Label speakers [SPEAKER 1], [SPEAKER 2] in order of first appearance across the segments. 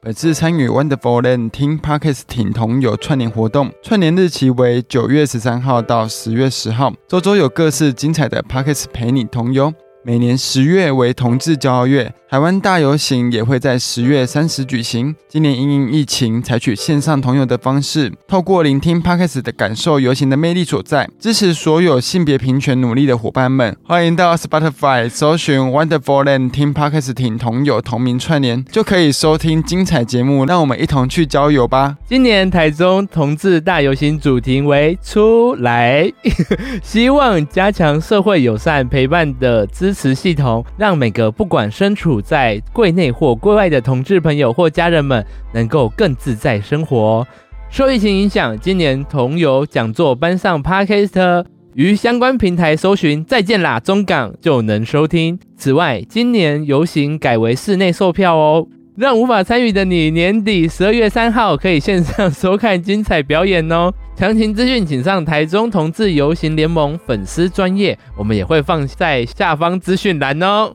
[SPEAKER 1] 本次参与 Wonderful Land 听 Parkes 挺同友串联活动，串联日期为九月十三号到十月十号，周周有各式精彩的 Parkes 陪你同游。每年十月为同志骄傲月，台湾大游行也会在十月三十举行。今年因应疫情，采取线上同游的方式，透过聆听 Podcast 的感受游行的魅力所在，支持所有性别平权努力的伙伴们。欢迎到 Spotify 搜寻 Wonderful Land 听 Podcast 听同友同名串联，就可以收听精彩节目。让我们一同去郊游吧！
[SPEAKER 2] 今年台中同志大游行主题为“出来”， 希望加强社会友善陪伴的支持系统，让每个不管身处在柜内或柜外的同志朋友或家人们，能够更自在生活。受疫情影响，今年同游讲座搬上 Podcast，于相关平台搜寻“再见啦中港”就能收听。此外，今年游行改为室内售票哦，让无法参与的你，年底十二月三号可以线上收看精彩表演哦。详情资讯请上台中同志游行联盟粉丝专业，我们也会放在下方资讯栏哦。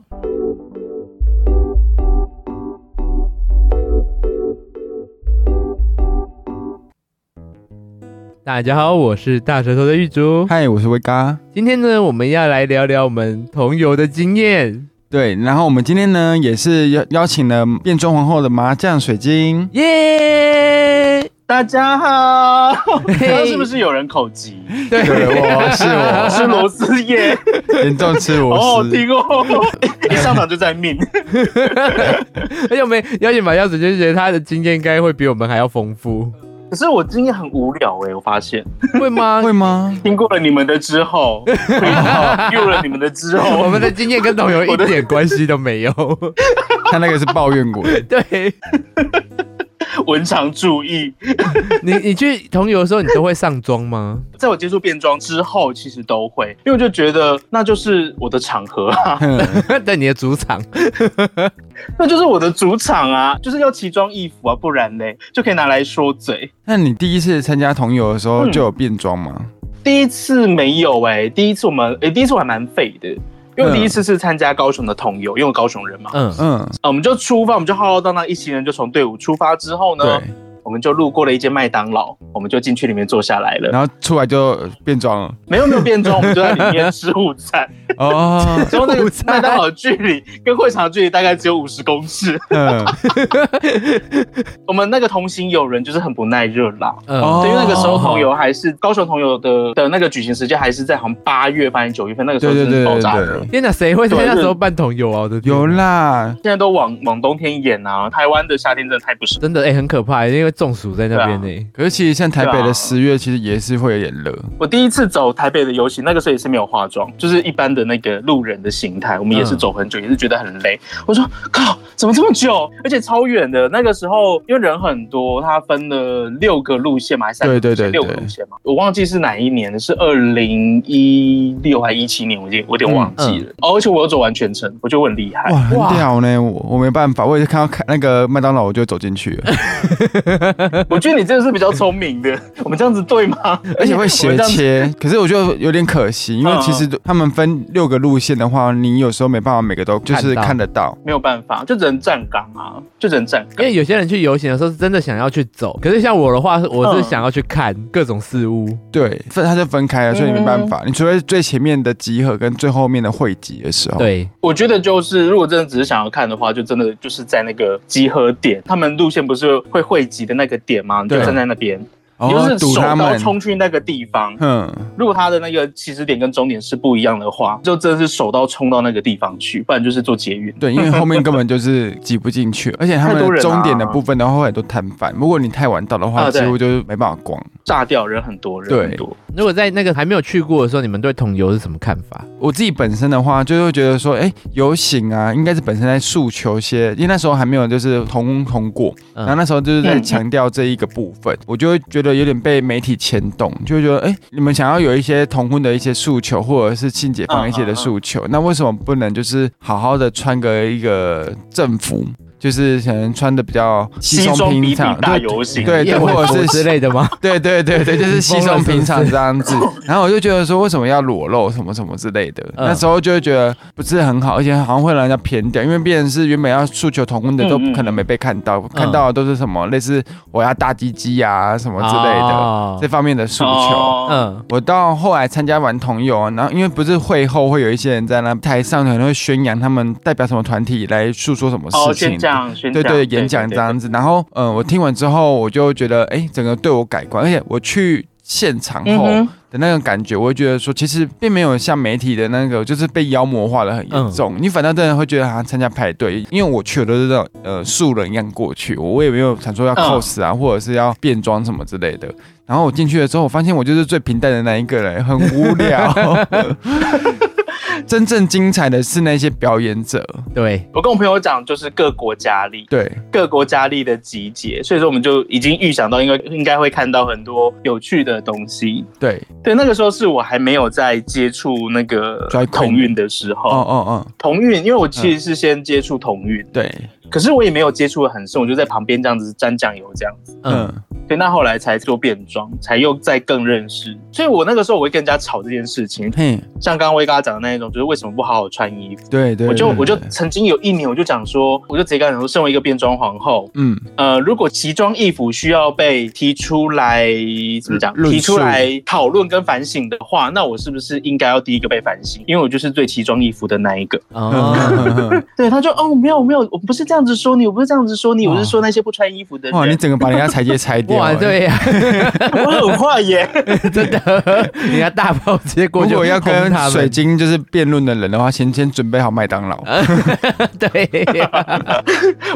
[SPEAKER 2] 大家好，我是大舌头的玉竹。
[SPEAKER 1] 嗨，我是威嘎。
[SPEAKER 2] 今天呢，我们要来聊聊我们同游的经验，
[SPEAKER 1] 对，然后我们今天呢，也是邀邀请了变装皇后的麻将水 晶。
[SPEAKER 2] 耶、
[SPEAKER 3] 大家好，刚 刚是不
[SPEAKER 2] 是？
[SPEAKER 3] 是有人口急？
[SPEAKER 2] 对，
[SPEAKER 1] 对，我是我，
[SPEAKER 3] 吃螺丝耶，
[SPEAKER 1] 严重吃
[SPEAKER 3] 好好
[SPEAKER 1] 螺丝。
[SPEAKER 3] 听哦！ 一上场就在命，
[SPEAKER 2] 而且我们邀请马教主就觉得他的经验应该会比我们还要丰富，
[SPEAKER 3] 可是我今天很无聊哎、我发现
[SPEAKER 2] 会 吗？
[SPEAKER 1] 会吗？
[SPEAKER 3] 听过了你们的之后，回到又了你们的之后，
[SPEAKER 2] 我们的经验跟同游一点关系都没有。
[SPEAKER 1] 他那个是抱怨鬼，
[SPEAKER 2] 对
[SPEAKER 3] 文常注意，
[SPEAKER 2] 你，你去同游的时候，你都会上妆 吗？
[SPEAKER 3] 在我接触变装之后，其实都会，因为我就觉得那就是我的场合啊，
[SPEAKER 1] 哼
[SPEAKER 2] 在你的主场，
[SPEAKER 3] 那就是我的主场啊，就是要奇装异服啊，不然嘞就可以拿来说嘴。
[SPEAKER 1] 那你第一次参加同游的时候
[SPEAKER 3] 嗯
[SPEAKER 1] 就有变装吗？
[SPEAKER 3] 第一次没有哎、第一次我们哎、第一次我还蛮废的，因为我第一次是参加高雄的同游，因为我高雄人嘛，
[SPEAKER 2] 嗯，
[SPEAKER 1] 嗯，
[SPEAKER 3] 啊，我们就出发，我们就浩浩荡荡一行人就从队伍出发之后呢，
[SPEAKER 1] 对。
[SPEAKER 3] 我们就路过了一间麦当劳，我们就进去里面坐下来了。
[SPEAKER 1] 然后出来就变装了。
[SPEAKER 3] 没有没有变装，我们就在里面吃 午餐。
[SPEAKER 1] 哦，
[SPEAKER 3] 之后那
[SPEAKER 2] 午
[SPEAKER 3] 个
[SPEAKER 2] 餐
[SPEAKER 3] 麦当劳的距离跟会场的距离大概只有五十公尺。
[SPEAKER 1] 嗯，
[SPEAKER 3] 我们那个同行友人就是很不耐热啦。
[SPEAKER 2] 嗯
[SPEAKER 1] 哦
[SPEAKER 3] 对，因为那个时候同
[SPEAKER 2] 游，
[SPEAKER 3] 游还是高雄同游的的那个举行时间还是在好像八月份、九月份那个时候
[SPEAKER 1] 对对
[SPEAKER 3] 真
[SPEAKER 1] 对
[SPEAKER 3] 的爆炸
[SPEAKER 1] 对
[SPEAKER 3] 热。
[SPEAKER 1] 对，
[SPEAKER 2] 天哪，谁会在那时候办同游啊？我的天
[SPEAKER 1] 有啦，
[SPEAKER 3] 现在都往往冬天演啊，台湾的夏天真的太不适合。
[SPEAKER 2] 真的哎、很可怕，因为中暑在那边呢、欸
[SPEAKER 1] 可是其实像台北
[SPEAKER 3] 对
[SPEAKER 1] 的
[SPEAKER 3] 啊
[SPEAKER 1] 十月，其实也是会有点热。
[SPEAKER 3] 我第一次走台北的游行，那个时候也是没有化妆，就是一般的那个路人的形态。我们也是走很久，也是觉得很累。我说靠，怎么这么久？而且超远的。那个时候因为人很多，它分了六个路线嘛，还是三个路
[SPEAKER 1] 对对
[SPEAKER 3] 线
[SPEAKER 1] 对
[SPEAKER 3] 六个路线嘛？我忘记是哪一年，是二零一六还一七年，我有点我有点忘记了。哦，而且我有走完全程，我觉得我很厉害。
[SPEAKER 1] 嗯哇，很屌呢！我我没办法，我也是看到看那个麦当劳，我就走进去 了，
[SPEAKER 3] 我觉得你真的是比较聪明的。我们这样子对吗？
[SPEAKER 1] 而且会
[SPEAKER 3] 我
[SPEAKER 1] 斜
[SPEAKER 3] 们这样子
[SPEAKER 1] 切。可是我就有点可惜，因为
[SPEAKER 3] 嗯
[SPEAKER 1] 其实他们分六个路线的话，你有时候没办法每个都就是
[SPEAKER 2] 看到
[SPEAKER 1] 看得到。
[SPEAKER 3] 没有办法，就只能站岗啊，就只能站
[SPEAKER 2] 因
[SPEAKER 3] 岗
[SPEAKER 2] 为。有些人去游行的时候是真的想要去走，可是像我的话，我是
[SPEAKER 3] 嗯
[SPEAKER 2] 想要去看各种事物。
[SPEAKER 1] 对，分它是分开的，所以没办
[SPEAKER 3] 嗯
[SPEAKER 1] 法。你除非最前面的集合跟最后面的汇集的时候，，
[SPEAKER 2] 对，
[SPEAKER 3] 我觉得就是，如果真的只是想要看的话，就真的就是在那个集合点，他们路线不是会汇集的那个点吗？你就
[SPEAKER 1] 对
[SPEAKER 3] 站在那边，你就
[SPEAKER 1] 哦，
[SPEAKER 3] 是
[SPEAKER 1] 堵
[SPEAKER 3] 手
[SPEAKER 1] 他
[SPEAKER 3] 刀
[SPEAKER 1] 们，
[SPEAKER 3] 冲去那个地方。
[SPEAKER 1] 哼，
[SPEAKER 3] 如果他的那个起始点跟终点是不一样的话，就真的是手刀冲到那个地方去，不然就是做捷运。
[SPEAKER 1] 对，因为后面根本就是挤不进去，而且他
[SPEAKER 3] 太多
[SPEAKER 1] 们
[SPEAKER 3] 人啊
[SPEAKER 1] 终点的部分的话会很多摊贩，如果你太晚到的话，
[SPEAKER 3] 啊
[SPEAKER 1] 几
[SPEAKER 3] 对
[SPEAKER 1] 乎就是没办法逛。
[SPEAKER 3] 炸掉人很多，人
[SPEAKER 1] 对
[SPEAKER 3] 很多。
[SPEAKER 2] 如果在那个还没有去过的时候，你们对同游是什么看法？
[SPEAKER 1] 我自己本身的话，就会觉得说，哎、游行啊，应该是本身在诉求些，因为那时候还没有就是同通过，
[SPEAKER 2] 嗯
[SPEAKER 1] 然后那时候就是在
[SPEAKER 3] 嗯
[SPEAKER 1] 强调这一个部分，我就会觉得有点被媒体牵动，就会觉得，哎、你们想要有一些同婚的一些诉求，或者是性解放一些的诉求，那为什么不能就是好好的穿个一个正服？就是可能穿的比较稀
[SPEAKER 3] 西
[SPEAKER 1] 松
[SPEAKER 3] 装笔
[SPEAKER 1] 平
[SPEAKER 3] 挺
[SPEAKER 1] 常，
[SPEAKER 3] 大
[SPEAKER 1] 对
[SPEAKER 3] 游行，
[SPEAKER 1] 对
[SPEAKER 2] 夜
[SPEAKER 1] 或
[SPEAKER 2] 晚
[SPEAKER 1] 者
[SPEAKER 2] 服
[SPEAKER 1] 是
[SPEAKER 2] 之类的吗？
[SPEAKER 1] 对对对 对，就是稀松平常这样子。然后我就觉得说，为什么要裸露什么什么之类的？
[SPEAKER 2] 嗯
[SPEAKER 1] 那时候就会觉得不是很好，而且好像会让人家偏掉，因为别人是原本要诉求同婚的，
[SPEAKER 3] 嗯
[SPEAKER 1] 都
[SPEAKER 3] 嗯
[SPEAKER 1] 可能没被看到，看到的都是什么类似我要大鸡鸡呀什么之类的
[SPEAKER 2] 哦
[SPEAKER 1] 这方面的诉求。
[SPEAKER 3] 哦，
[SPEAKER 2] 嗯，
[SPEAKER 1] 我到后来参加完同友，然后因为不是会后会有一些人在那台上可能会宣扬他们代表什么团体来诉说什么
[SPEAKER 3] 哦，
[SPEAKER 1] 事情，
[SPEAKER 3] 宣讲，宣
[SPEAKER 1] 对
[SPEAKER 3] 讲，
[SPEAKER 1] 对，演讲这样子。然后，嗯、我听完之后，我就觉得，哎，整个对我改观，而且我去现场
[SPEAKER 3] 对，对
[SPEAKER 1] 后
[SPEAKER 3] 嗯哼，
[SPEAKER 1] 的那种感觉，我会觉得说，其实并没有像媒体的那个，就是被妖魔化的很严重。你反倒真的会觉得，好像参加派对，因为我去我都是那种呃素人一样过去，我也没有想说要
[SPEAKER 3] 嗯
[SPEAKER 1] cos 啊，或者是要变装什么之类的。然后我进去了之后，我发现我就是最平淡的那一个人，很无聊。真正精彩的是那些表演者，
[SPEAKER 2] 对，
[SPEAKER 3] 我跟我朋友讲，就是各国佳丽，
[SPEAKER 1] 对，
[SPEAKER 3] 各国佳丽的集结，所以说我们就已经预想到应该应该会看到很多有趣的东西。
[SPEAKER 1] 对，
[SPEAKER 3] 对，那个时候是我还没有在接触那个
[SPEAKER 1] Drag queen
[SPEAKER 3] 同运的时候，
[SPEAKER 1] 哦哦哦，
[SPEAKER 3] 同运，因为我其实是先接触同运，
[SPEAKER 1] 对，
[SPEAKER 3] 可是我也没有接触的很深，我就在旁边这样子沾酱油这样子。
[SPEAKER 2] 嗯，
[SPEAKER 1] 嗯
[SPEAKER 3] 对，那后来才做变装，才又再更认识。所以我那个时候我会跟人家吵这件事情，
[SPEAKER 1] 嘿，
[SPEAKER 3] 像刚刚威刚讲的那一种，就是为什么不好好穿衣服。
[SPEAKER 1] 对对，
[SPEAKER 3] 我就
[SPEAKER 1] 对
[SPEAKER 3] 我就
[SPEAKER 1] 对
[SPEAKER 3] 曾经有一年，我就讲说，我就直接跟他讲说，身为一个变装皇后，
[SPEAKER 1] 嗯
[SPEAKER 3] 呃，如果奇装异服需要被提出来怎么讲？
[SPEAKER 1] 论述
[SPEAKER 3] 提出来讨论跟反省的话，那我是不是应该要第一个被反省？因为我就是最奇装异服的那一个。
[SPEAKER 1] 嗯
[SPEAKER 2] 哦，
[SPEAKER 3] 对，他就哦，没有没有，我不是这样子说你，我不是这样子说你，
[SPEAKER 2] 哇
[SPEAKER 3] 我是说那些不穿衣服的
[SPEAKER 1] 哇，你
[SPEAKER 3] 人。
[SPEAKER 1] 整个把人家台阶拆掉，
[SPEAKER 2] 哇，
[SPEAKER 1] 欸。
[SPEAKER 2] 对呀，
[SPEAKER 3] 我很坏耶，
[SPEAKER 2] 真的，人家大炮直接过
[SPEAKER 1] 如
[SPEAKER 2] 去
[SPEAKER 1] 果要
[SPEAKER 2] 轰
[SPEAKER 1] 跟
[SPEAKER 2] 他
[SPEAKER 1] 水
[SPEAKER 2] 们，
[SPEAKER 1] 晶就是辩论的人的话，先先准备好麦 当劳。
[SPEAKER 2] 啊对呀，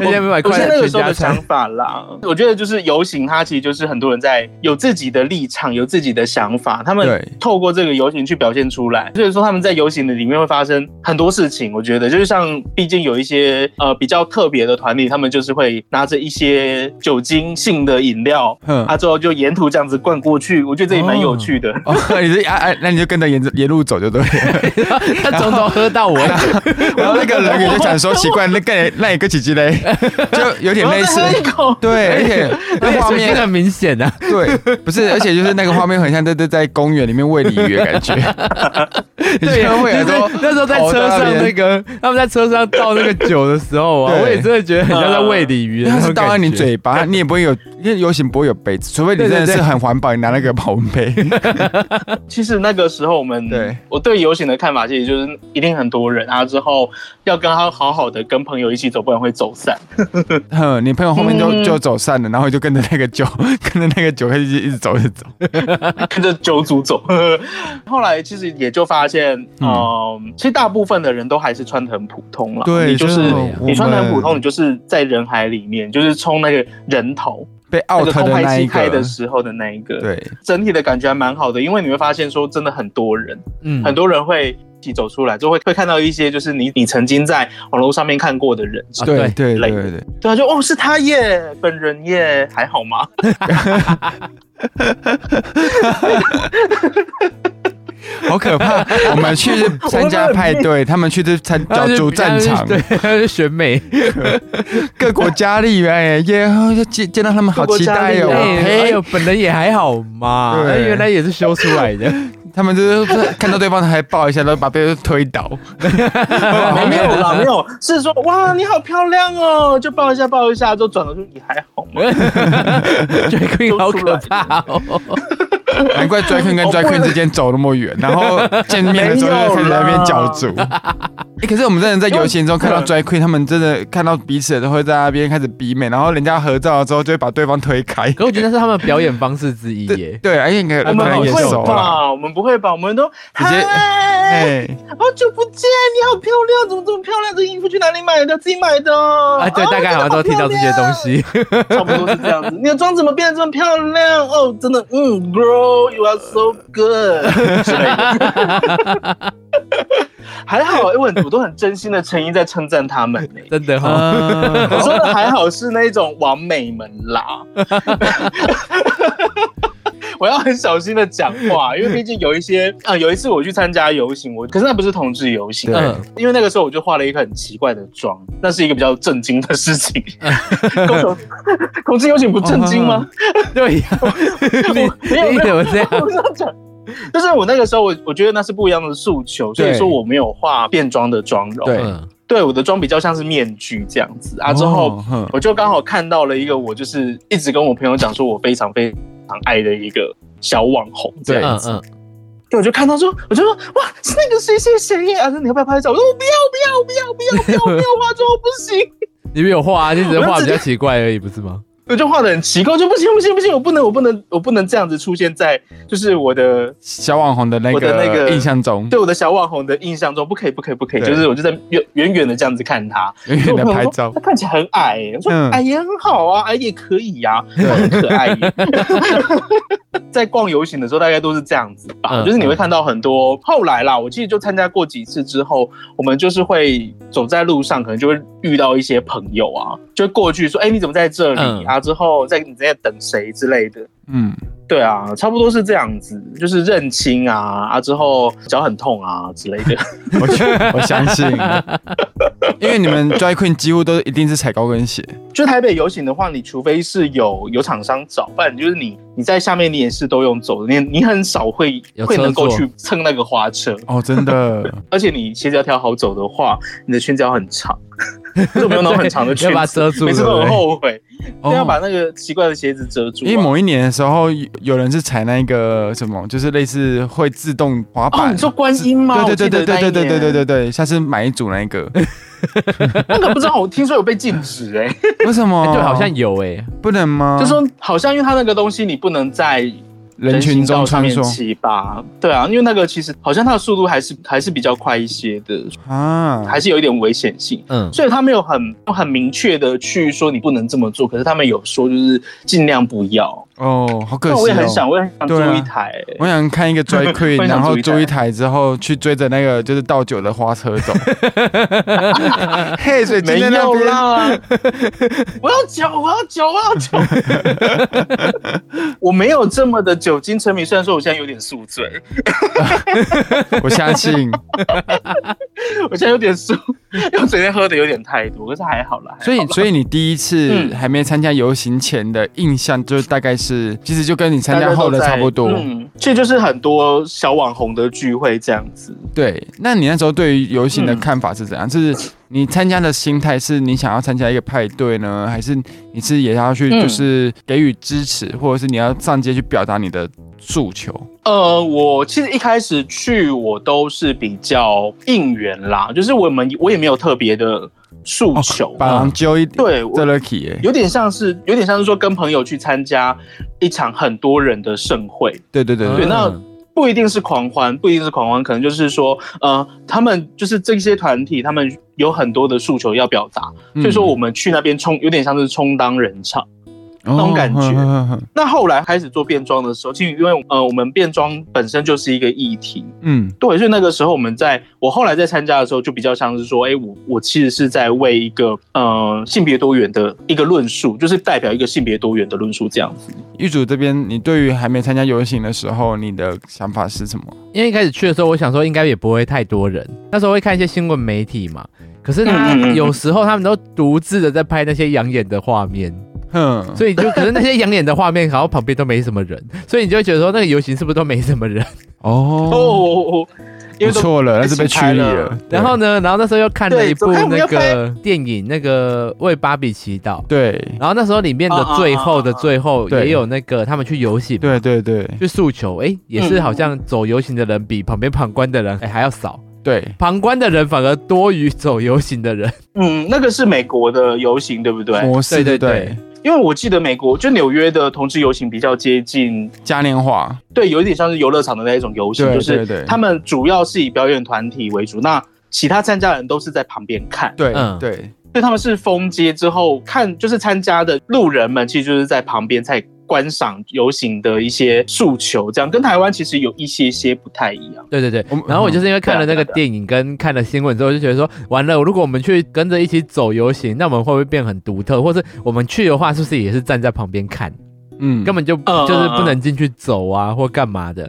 [SPEAKER 2] 人家没买
[SPEAKER 3] 我是
[SPEAKER 2] 快
[SPEAKER 3] 那
[SPEAKER 2] 乐
[SPEAKER 3] 个
[SPEAKER 2] 全
[SPEAKER 3] 时候
[SPEAKER 2] 家
[SPEAKER 3] 的想
[SPEAKER 2] 餐，
[SPEAKER 3] 法啦。 我觉得就是游行，它其实就是很多人在有自己的立场，有自己的想法，他们
[SPEAKER 1] 对
[SPEAKER 3] 透过这个游行去表现出来。所以说他们在游行的里面会发生很多事情。我觉得就是像，毕竟有一些呃比较特别的团体，他们就是会拿着一些酒精性的饮料。
[SPEAKER 1] 哼，
[SPEAKER 3] 啊，之后就沿途这样子灌过去，我觉得这也蛮有趣的。
[SPEAKER 1] 哦，你是啊啊，那你就跟着沿着沿路走就 对了。
[SPEAKER 2] 他从头喝到尾，
[SPEAKER 1] 然后那个人也就想说，奇怪，那个那一个姐姐 嘞，就有点
[SPEAKER 3] 然后
[SPEAKER 1] 类
[SPEAKER 3] 再
[SPEAKER 1] 似。
[SPEAKER 3] 喝一口，
[SPEAKER 1] 对，而且
[SPEAKER 2] 而
[SPEAKER 1] 那
[SPEAKER 2] 且
[SPEAKER 1] 画
[SPEAKER 2] 水晶
[SPEAKER 1] 面
[SPEAKER 2] 很明显啊，
[SPEAKER 1] 对，不是，而且就是那个画面很像在在在公园里面喂鲤鱼 的感觉。
[SPEAKER 2] 对，
[SPEAKER 1] 就会有
[SPEAKER 2] 就
[SPEAKER 1] 说
[SPEAKER 2] 是那时候在车
[SPEAKER 1] 头
[SPEAKER 2] 上
[SPEAKER 1] 那
[SPEAKER 2] 那
[SPEAKER 1] 边
[SPEAKER 2] 个，他们在车上倒那个酒的时候啊，
[SPEAKER 1] 对
[SPEAKER 2] 我也真的觉得很像在喂鲤鱼的
[SPEAKER 1] 它
[SPEAKER 2] 那
[SPEAKER 1] 是
[SPEAKER 2] 种
[SPEAKER 1] 倒
[SPEAKER 2] 感觉。
[SPEAKER 1] 在你嘴巴，你也不会有，因为游行不会有杯子，除非你
[SPEAKER 2] 对
[SPEAKER 1] 真
[SPEAKER 2] 对
[SPEAKER 1] 的是
[SPEAKER 2] 对
[SPEAKER 1] 很环保，你拿那个保温杯。
[SPEAKER 3] 其实那个时候我们
[SPEAKER 1] 对
[SPEAKER 3] 我对游行的看法，其实就是一定很多人啊，之后要跟他好好的跟朋友一起走，不然会走散。
[SPEAKER 1] 哼，你朋友后面就、
[SPEAKER 3] 嗯
[SPEAKER 1] 就走散了，然后就跟着那个酒， 跟着那个酒一直一直走，一直走。
[SPEAKER 3] 跟着九组走。 后来其实也就发现，嗯、其实大部分的人都还是穿的很普通了。
[SPEAKER 1] 对，
[SPEAKER 3] 你就是
[SPEAKER 1] 真的
[SPEAKER 2] 对啊
[SPEAKER 1] 我
[SPEAKER 3] 你穿的很
[SPEAKER 1] 们
[SPEAKER 3] 普通，你就是在人海里面，就是冲那个人头，
[SPEAKER 1] 被
[SPEAKER 3] 那
[SPEAKER 1] out
[SPEAKER 3] 个
[SPEAKER 1] 的
[SPEAKER 3] 空
[SPEAKER 1] 那
[SPEAKER 3] 拍
[SPEAKER 1] 一
[SPEAKER 3] 机开
[SPEAKER 1] 个
[SPEAKER 3] 的，时候的啊那一个。，
[SPEAKER 1] 对，
[SPEAKER 3] 整体的感觉还蛮好的，因为你会发现说，真的很多人，
[SPEAKER 2] 嗯
[SPEAKER 3] 很多人会。一起走出来就会会看到一些就是你你曾经在网络上面看过的人，
[SPEAKER 2] 啊
[SPEAKER 1] 对
[SPEAKER 3] 对
[SPEAKER 1] 对对对对，
[SPEAKER 3] 对啊，就哦是他耶，本人耶，还好吗？
[SPEAKER 1] 好可 怕！我们去参加派对，他们去这参角逐战场，
[SPEAKER 2] 对，他是选美，
[SPEAKER 1] 各国佳丽哎，耶！要见见到他们好期待哦
[SPEAKER 3] 各国佳丽
[SPEAKER 2] 哎
[SPEAKER 3] 哎
[SPEAKER 2] 哎
[SPEAKER 1] 呸！
[SPEAKER 2] 呦，本人也还好嘛，
[SPEAKER 1] 对
[SPEAKER 2] 哎原来也是修出 来的，
[SPEAKER 1] 他们就是看到对方还抱一下，然后把别人推倒。
[SPEAKER 3] 没有啦，没有，是说哇，你好漂亮哦，就抱一下，抱一下，就转头说你还好 吗？
[SPEAKER 2] 觉得 Queen 好可怕哦，
[SPEAKER 1] 难怪 d r a
[SPEAKER 3] 哦
[SPEAKER 1] Queen 跟 d r a Queen 之间走那么远，然后见面的时候就开始在那边角逐。 哎、可是我们真的在游行中 看到 d r a Queen，他们真的看到彼此都会在那边开始比美，然后人家合照的时候就会把对方推 开。
[SPEAKER 2] 可我觉得那是他们表演方式之一
[SPEAKER 1] 对
[SPEAKER 2] 耶。
[SPEAKER 1] 对，而且可
[SPEAKER 3] 我
[SPEAKER 1] 能可
[SPEAKER 3] 们
[SPEAKER 1] 能
[SPEAKER 3] 不
[SPEAKER 1] 也
[SPEAKER 3] 会
[SPEAKER 1] 熟了。
[SPEAKER 3] 吧？我们不会吧？我们都
[SPEAKER 1] 直接
[SPEAKER 3] 嗨，
[SPEAKER 1] 哎，
[SPEAKER 3] 好久不见，你好漂亮，怎么这么漂亮？这衣服去哪里买的？自己买的
[SPEAKER 2] 啊，
[SPEAKER 3] 啊
[SPEAKER 2] 对，大概好像都听到这些东，西，
[SPEAKER 1] 哦
[SPEAKER 3] 真的好漂亮差不多是这样子。你的妆怎么变得这么漂亮？哦，真的，嗯，Girl，you are so good 之类的。还好，哎我很我都很真心的诚意在称赞他们欸呢、
[SPEAKER 2] 真的哦哈。
[SPEAKER 1] 嗯
[SPEAKER 3] 我说 的还好是那种王美们啦。我要很小心的讲话，因为毕竟有一些啊、有一次我去参加游行，我可是那不是同志游行，
[SPEAKER 1] 对
[SPEAKER 2] 嗯
[SPEAKER 3] 因为那个时候我就化了一个很奇怪的妆，那是一个比较震惊的 事情。公投同志游行不震惊
[SPEAKER 1] 哦
[SPEAKER 3] 吗？
[SPEAKER 2] 对呀，
[SPEAKER 3] 没有
[SPEAKER 2] 你你
[SPEAKER 3] 没
[SPEAKER 2] 怎
[SPEAKER 3] 有
[SPEAKER 2] 么这
[SPEAKER 1] 啊
[SPEAKER 2] 样？
[SPEAKER 3] 我是要讲。就是我那个时候，我我觉得那是不一样的诉求，所以
[SPEAKER 1] 对
[SPEAKER 3] 说我没有化变装的妆容，
[SPEAKER 1] 对
[SPEAKER 2] 嗯
[SPEAKER 3] 对我的妆比较像是面具这样子 啊。之后
[SPEAKER 1] 哦哼
[SPEAKER 3] 我就刚好看到了一个，我就是一直跟我朋友讲说我非常非常爱的一个小网红这样
[SPEAKER 2] 嗯
[SPEAKER 3] 子，
[SPEAKER 2] 嗯，
[SPEAKER 3] 对，我就看到说，我就说哇，是那个谁谁谁耶，啊，那你要不要拍照？我说我不要不要不要不要不要不要化妆，我不行，
[SPEAKER 2] 你没有画啊，你只是
[SPEAKER 3] 我要
[SPEAKER 2] 画比
[SPEAKER 3] 直
[SPEAKER 2] 较
[SPEAKER 3] 接
[SPEAKER 2] 奇怪而已，不是吗？
[SPEAKER 3] 我就画的很奇怪，我就不行不行不行，我不能我不能我不能这样子出现在就是我的
[SPEAKER 1] 小网红的那
[SPEAKER 3] 我的那
[SPEAKER 1] 个
[SPEAKER 3] 个
[SPEAKER 1] 印象中，
[SPEAKER 3] 对我的小网红的印象中，不可以，不可以，不可以，
[SPEAKER 1] 对
[SPEAKER 3] 就是我就在远远远的这样子看他，
[SPEAKER 1] 远远的拍照
[SPEAKER 3] 他，看起来很矮、欸，我说、
[SPEAKER 1] 嗯
[SPEAKER 3] 矮也很好啊，矮也可以呀、啊，
[SPEAKER 1] 对
[SPEAKER 3] 我很可爱 耶。在逛游行的时候，大概都是这样子吧，
[SPEAKER 2] 嗯
[SPEAKER 3] 就是你会看到很多。后来啦，我记得就参加过几次之后，我们就是会走在路上，可能就会遇到一些朋友啊，就会过去说：“哎、你怎么在这里、
[SPEAKER 2] 嗯
[SPEAKER 3] 啊？”之后在你在等谁之类的。
[SPEAKER 1] 嗯，
[SPEAKER 3] 对啊，差不多是这样子，就是认亲啊啊之后脚很痛啊之类的。
[SPEAKER 1] 我觉得 我相信， 因为你们 drag queen 几乎都一定是踩高跟鞋，
[SPEAKER 3] 就台北游行的话，你除非是有有厂商找，不然就是你你在下面你也是都用走的，你你很少会
[SPEAKER 2] 有车
[SPEAKER 3] 会
[SPEAKER 2] 坐
[SPEAKER 3] 能够去蹭那个花车，
[SPEAKER 1] 哦，真的，
[SPEAKER 3] 而且你鞋子要挑好走的话，你的圈子要很长。为什么用那种很长的
[SPEAKER 2] 要
[SPEAKER 3] 圈
[SPEAKER 2] 把它
[SPEAKER 3] 子？
[SPEAKER 2] 遮住，
[SPEAKER 3] 每次
[SPEAKER 2] 对
[SPEAKER 3] 都
[SPEAKER 2] 不对
[SPEAKER 3] 很后悔，
[SPEAKER 1] 哦
[SPEAKER 3] 都要把那个奇怪的鞋子遮住、啊。
[SPEAKER 1] 因为某一年的时候，有有人是踩那个什么，就是类似会自动滑
[SPEAKER 3] 哦，
[SPEAKER 1] 板。
[SPEAKER 3] 你说观音吗？
[SPEAKER 1] 对对对对对对对对对
[SPEAKER 3] 对，
[SPEAKER 1] 对对，下次买一组那 个，
[SPEAKER 3] 那个不知道，我听说有被禁止哎、
[SPEAKER 1] 为什么？
[SPEAKER 2] 哎对，好像有哎，
[SPEAKER 1] 不能吗？
[SPEAKER 3] 就说好像因为它那个东西你不能在
[SPEAKER 1] 人群中穿
[SPEAKER 3] 人行道上面
[SPEAKER 1] 梭
[SPEAKER 3] 骑吧，对啊，因为那个其实好像它的速度还是还是比较快一些的，
[SPEAKER 1] 啊，
[SPEAKER 3] 还是有一点危险性。
[SPEAKER 2] 嗯，
[SPEAKER 3] 所以他没有很很明确的去说你不能这么做，可是他们有说就是尽量不要。
[SPEAKER 1] 哦，好可惜、
[SPEAKER 3] 那
[SPEAKER 1] 哦。
[SPEAKER 3] 我也很想，我也很想
[SPEAKER 1] 对啊
[SPEAKER 3] 租一台、
[SPEAKER 1] 我想看一个 drag
[SPEAKER 3] 我
[SPEAKER 1] queen，
[SPEAKER 3] 也
[SPEAKER 1] 然
[SPEAKER 3] 想
[SPEAKER 1] 后
[SPEAKER 3] 租一台
[SPEAKER 1] 租一台之后去追着那个就是倒酒的花车 走。嘿，所以今
[SPEAKER 3] 没
[SPEAKER 1] 天那
[SPEAKER 3] 有
[SPEAKER 1] 边
[SPEAKER 3] 啦！我要酒，我要酒，我要酒！ 我没有这么的酒精沉迷，虽然说我现在有点宿醉，
[SPEAKER 1] 我相 信。
[SPEAKER 3] 我现在有点宿， 因为我昨天喝的有点太多，可是还好啦。还好
[SPEAKER 1] 所以，所以你第一次
[SPEAKER 3] 嗯
[SPEAKER 1] 还没参加游行前的印象，就是大概是，其实就跟你参加后的差不多
[SPEAKER 3] 大。家都在嗯，其实就是很多小网红的聚会这样子。
[SPEAKER 1] 对，那你那时候对于游行的
[SPEAKER 3] 嗯
[SPEAKER 1] 看法是怎样？就是你参加的心态是你想要参加一个派对呢，还是你是也要去
[SPEAKER 3] 嗯
[SPEAKER 1] 就是给予支持，或者是你要上街去表达你的诉求？
[SPEAKER 3] 呃，我其实一开始去我都是比较应援啦，就是我们我也没有特别的诉求，
[SPEAKER 1] 哦把狼揪一点，
[SPEAKER 3] 对我
[SPEAKER 1] 这 lucky 耶
[SPEAKER 3] 有点像是有点像是说跟朋友去参加一场很多人的盛会，
[SPEAKER 1] 对对对对
[SPEAKER 3] 对，那
[SPEAKER 2] 嗯
[SPEAKER 3] 不一定是狂欢，不一定是狂欢，可能就是说，呃，他们就是这些团体，他们有很多的诉求要表达，
[SPEAKER 1] 嗯
[SPEAKER 3] 所以说我们去那边充有点像是充当人场。
[SPEAKER 1] 那
[SPEAKER 3] 种感觉
[SPEAKER 1] 嗯
[SPEAKER 3] 那后来开始做变装的时候，其实因为呃，我们变装本身就是一个议题，
[SPEAKER 1] 嗯
[SPEAKER 3] 对，所以那个时候我们在我后来在参加的时候，就比较像是说，哎、我我其实是在为一个呃性别多元的一个论述，就是代表一个性别多元的论述这样子。
[SPEAKER 1] 玉主这边，你对于还没参加游行的时候，你的想法是什么？
[SPEAKER 2] 因为一开始去的时候，我想说应该也不会太多人，那时候会看一些新闻媒体嘛。可是他
[SPEAKER 3] 嗯嗯嗯
[SPEAKER 2] 有时候他们都独自的在拍那些养眼的画面，
[SPEAKER 3] 嗯
[SPEAKER 1] 哼，
[SPEAKER 2] 所以就可是那些养眼的画面，然后旁边都没什么人，所以你就会觉得说那个游行是不是都没什么 人？
[SPEAKER 1] 哦，
[SPEAKER 3] 哦，
[SPEAKER 1] 不
[SPEAKER 3] 因为都
[SPEAKER 1] 错了，那是被驱离
[SPEAKER 3] 被洗
[SPEAKER 1] 了
[SPEAKER 3] 牌了。
[SPEAKER 1] 对
[SPEAKER 2] 然后呢，然后那时候又看了
[SPEAKER 3] 对
[SPEAKER 2] 一部
[SPEAKER 3] 怎么看我
[SPEAKER 2] 那
[SPEAKER 3] 们要
[SPEAKER 2] 个电影，那个为芭比祈祷。
[SPEAKER 1] 对
[SPEAKER 2] 然后那时候里面的
[SPEAKER 3] 啊啊啊
[SPEAKER 2] 最后的
[SPEAKER 3] 啊啊
[SPEAKER 2] 最后
[SPEAKER 1] 对
[SPEAKER 2] 也有那个他们去游行，
[SPEAKER 1] 对对对
[SPEAKER 2] 去诉求，哎，也是好像走游行的人比旁边旁观的人哎还要少，
[SPEAKER 1] 对，
[SPEAKER 2] 旁观的人反而多于走游行的人。
[SPEAKER 3] 嗯，那个是美国的游行，对不对？
[SPEAKER 1] 模式
[SPEAKER 2] 对对
[SPEAKER 1] 对，
[SPEAKER 3] 因为我记得美国就纽约的同志游行比较接近，
[SPEAKER 1] 嘉年华，
[SPEAKER 3] 对，有一点像是游乐场的那一种游行，
[SPEAKER 1] 对
[SPEAKER 3] 就
[SPEAKER 1] 对
[SPEAKER 3] 是
[SPEAKER 1] 对，
[SPEAKER 3] 他们主要是以表演团体为主，那其他参加人都是在旁边看。
[SPEAKER 1] 对
[SPEAKER 2] 嗯
[SPEAKER 1] 对
[SPEAKER 3] 所以他们是封街之后看，就是参加的路人们，其实就是在旁边在观赏游行的一些诉求，这样跟台湾其实有一些些不太一 样。
[SPEAKER 2] 对对对
[SPEAKER 1] 我们，
[SPEAKER 2] 然后我就是因为看了那个
[SPEAKER 3] 对啊对啊
[SPEAKER 2] 电影跟看了新闻之后，就觉得说，完了，如果我们去跟着一起走游行，那我们会不会变很独特？或是我们去的话，是不是也是站在旁边看？
[SPEAKER 1] 嗯，
[SPEAKER 2] 根
[SPEAKER 1] 本
[SPEAKER 2] 本就
[SPEAKER 3] 嗯
[SPEAKER 2] 就是不能进去走啊或干嘛的。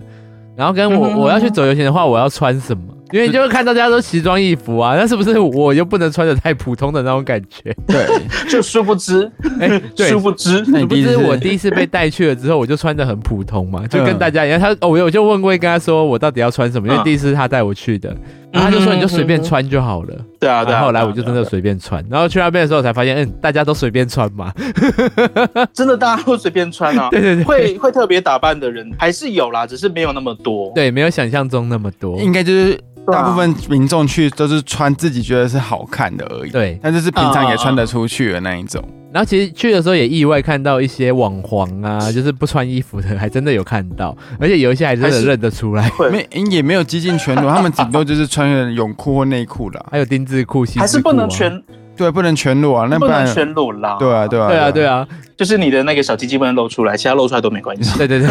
[SPEAKER 2] 然后跟我
[SPEAKER 3] 嗯
[SPEAKER 2] 我要去走游行的话，我要穿什么？因为你就会看大家都奇装异服啊，那是不是我又不能穿的太普通的那种感觉？
[SPEAKER 1] 对，
[SPEAKER 3] 就殊不知，
[SPEAKER 2] 哎、对，
[SPEAKER 3] 殊不知，
[SPEAKER 1] 那
[SPEAKER 2] 你
[SPEAKER 1] 你
[SPEAKER 2] 不
[SPEAKER 1] 第一
[SPEAKER 2] 是
[SPEAKER 1] 次
[SPEAKER 2] 我第一次被带去了之后，我就穿的很普通嘛，就跟大家一样。他哦，我有就问过跟他说我到底要穿什么，因为
[SPEAKER 3] 嗯
[SPEAKER 2] 第一次是他带我去的，然后他就说
[SPEAKER 3] 嗯哼
[SPEAKER 2] 你就随
[SPEAKER 3] 嗯
[SPEAKER 2] 便
[SPEAKER 3] 哼
[SPEAKER 2] 穿就好了。
[SPEAKER 3] 对啊，对
[SPEAKER 2] 然
[SPEAKER 3] 啊。
[SPEAKER 2] 后后来
[SPEAKER 3] 对啊
[SPEAKER 2] 我就
[SPEAKER 3] 对啊
[SPEAKER 2] 真的随便穿，然后去那边的时候才发现，嗯，大家都随便穿嘛。
[SPEAKER 3] 啊真的大家都随便穿 啊，
[SPEAKER 2] 对对对
[SPEAKER 3] 会会特别打扮的人还是有啦，只是没有那么多。
[SPEAKER 2] 对，没有想象中那么多。
[SPEAKER 1] 应该就是
[SPEAKER 3] 对啊
[SPEAKER 1] 大部分民众去都是穿自己觉得是好看的而已，
[SPEAKER 2] 对，
[SPEAKER 1] 但就是平常也穿得出去的那一种。
[SPEAKER 2] 然后其实去的时候也意外看到一些网黄啊，就是不穿衣服的，还真的有看到，而且有一些还真
[SPEAKER 3] 还
[SPEAKER 2] 的
[SPEAKER 3] 是
[SPEAKER 2] 认得出来，
[SPEAKER 3] 对
[SPEAKER 1] 没也没有激进全 裸，他们顶多就是穿个泳裤或内裤啦。
[SPEAKER 2] 还有丁字裤、西
[SPEAKER 3] 还
[SPEAKER 2] 字
[SPEAKER 3] 是
[SPEAKER 2] 裤、啊。
[SPEAKER 3] 不能全，
[SPEAKER 1] 对，不能全裸啊，那
[SPEAKER 3] 不
[SPEAKER 1] 然
[SPEAKER 3] 能全裸啦。
[SPEAKER 1] 对啊，对啊，
[SPEAKER 2] 对啊，对
[SPEAKER 1] 啊，
[SPEAKER 2] 啊，
[SPEAKER 3] 就是你的那个小鸡鸡不能露出来，其他露出来都没关 系。
[SPEAKER 2] 对对对，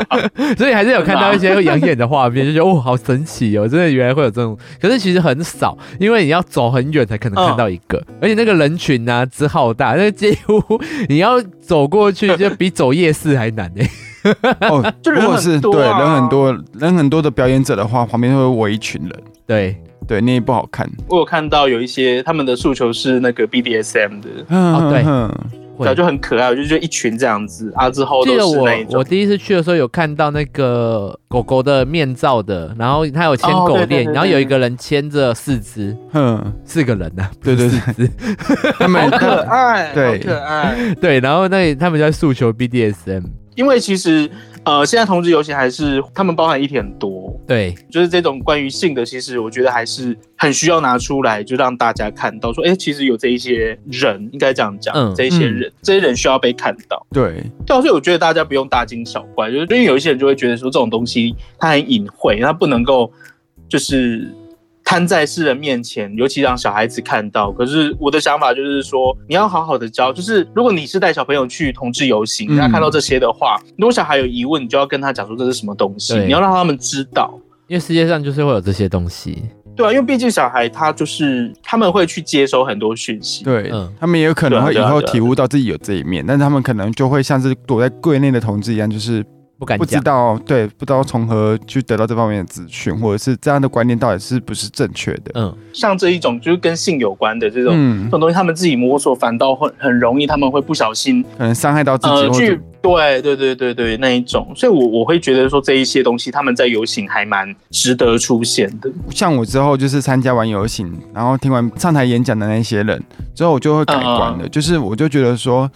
[SPEAKER 2] 所以还是有看到一些养眼的画面，就觉得哦，好神奇哦，真的原来会有这种，可是其实很少，因为你要走很远才可能看到一个， 而且那个人群呢、啊、之浩大，那几乎你要走过去就比走夜市还难哎、
[SPEAKER 1] 哦，
[SPEAKER 3] 就人
[SPEAKER 1] 如果
[SPEAKER 3] 很
[SPEAKER 1] 是
[SPEAKER 3] 多
[SPEAKER 1] 对
[SPEAKER 3] 啊
[SPEAKER 1] 人很多人很多的表演者的话，旁边会围一群人，
[SPEAKER 2] 对，
[SPEAKER 1] 对，那也不好看。
[SPEAKER 3] 我有看到有一些他们的诉求是那个 BDSM 的，
[SPEAKER 1] 嗯，
[SPEAKER 2] 哦 对
[SPEAKER 1] 对，
[SPEAKER 2] 会
[SPEAKER 3] 对啊，就很可爱，我就觉得一群这样子啊，之后
[SPEAKER 2] 记得
[SPEAKER 3] 都是
[SPEAKER 2] 我
[SPEAKER 3] 那一
[SPEAKER 2] 我
[SPEAKER 3] 种。
[SPEAKER 2] 第一次去的时候有看到那个狗狗的面罩的，然后它有牵
[SPEAKER 3] 哦
[SPEAKER 2] 狗
[SPEAKER 3] 对对
[SPEAKER 2] 链，
[SPEAKER 3] 对对
[SPEAKER 2] 然后有一个人牵着四只，
[SPEAKER 1] 嗯，
[SPEAKER 2] 四个人呐、啊，
[SPEAKER 1] 对对
[SPEAKER 2] 对，
[SPEAKER 1] 他们
[SPEAKER 3] 好可爱，
[SPEAKER 1] 对
[SPEAKER 3] 好可爱。
[SPEAKER 2] 对，然后那他们就在诉求 BDSM，
[SPEAKER 3] 因为其实，呃，现在同志游行还是他们包含议题很多，
[SPEAKER 2] 对，
[SPEAKER 3] 就是这种关于性的，其实我觉得还是很需要拿出来，就让大家看到说，哎、其实有这一些人，应该这样讲，
[SPEAKER 2] 嗯
[SPEAKER 3] 这一些人，这些人需要被看到。
[SPEAKER 1] 对，
[SPEAKER 3] 对啊，所以我觉得大家不用大惊小怪，就是因为有一些人就会觉得说这种东西它很隐晦，它不能够就是摊在世人面前，尤其让小孩子看到。可是我的想法就是说，你要好好的教，就是如果你是带小朋友去同志游行，
[SPEAKER 1] 嗯
[SPEAKER 3] 他看到这些的话，如果小孩有疑问，你就要跟他讲说这是什么东西，
[SPEAKER 2] 对
[SPEAKER 3] 你要让他们知道。
[SPEAKER 2] 因为世界上就是会有这些东西，
[SPEAKER 3] 对啊，因为毕竟小孩他就是他们会去接收很多讯息。
[SPEAKER 1] 对
[SPEAKER 2] 嗯，
[SPEAKER 1] 他们也有可能会以
[SPEAKER 3] 对啊对啊
[SPEAKER 1] 后
[SPEAKER 3] 对啊
[SPEAKER 1] 体悟到自己有这一面，但是他们可能就会像是躲在柜内的同志一样，就是
[SPEAKER 2] 不敢
[SPEAKER 1] 不知
[SPEAKER 2] 讲。
[SPEAKER 1] 道，对，不知道从何去得到这方面的资讯，或者是这样的观念到底是不是正确的。
[SPEAKER 2] 嗯，
[SPEAKER 3] 像这一种就是跟性有关的这种、这
[SPEAKER 1] 嗯，
[SPEAKER 3] 种东西，他们自己摸索，反倒很很容易，他们会不小心
[SPEAKER 1] 可能伤害到自己，
[SPEAKER 3] 呃
[SPEAKER 1] 或者
[SPEAKER 3] 去对对对对对那一种。所以我，我会觉得说这一些东西他们在游行还蛮值得出现的。
[SPEAKER 1] 像我之后就是参加完游行，然后听完上台演讲的那些人之后，我就会改观
[SPEAKER 3] 嗯
[SPEAKER 1] 了，就是我就觉得说。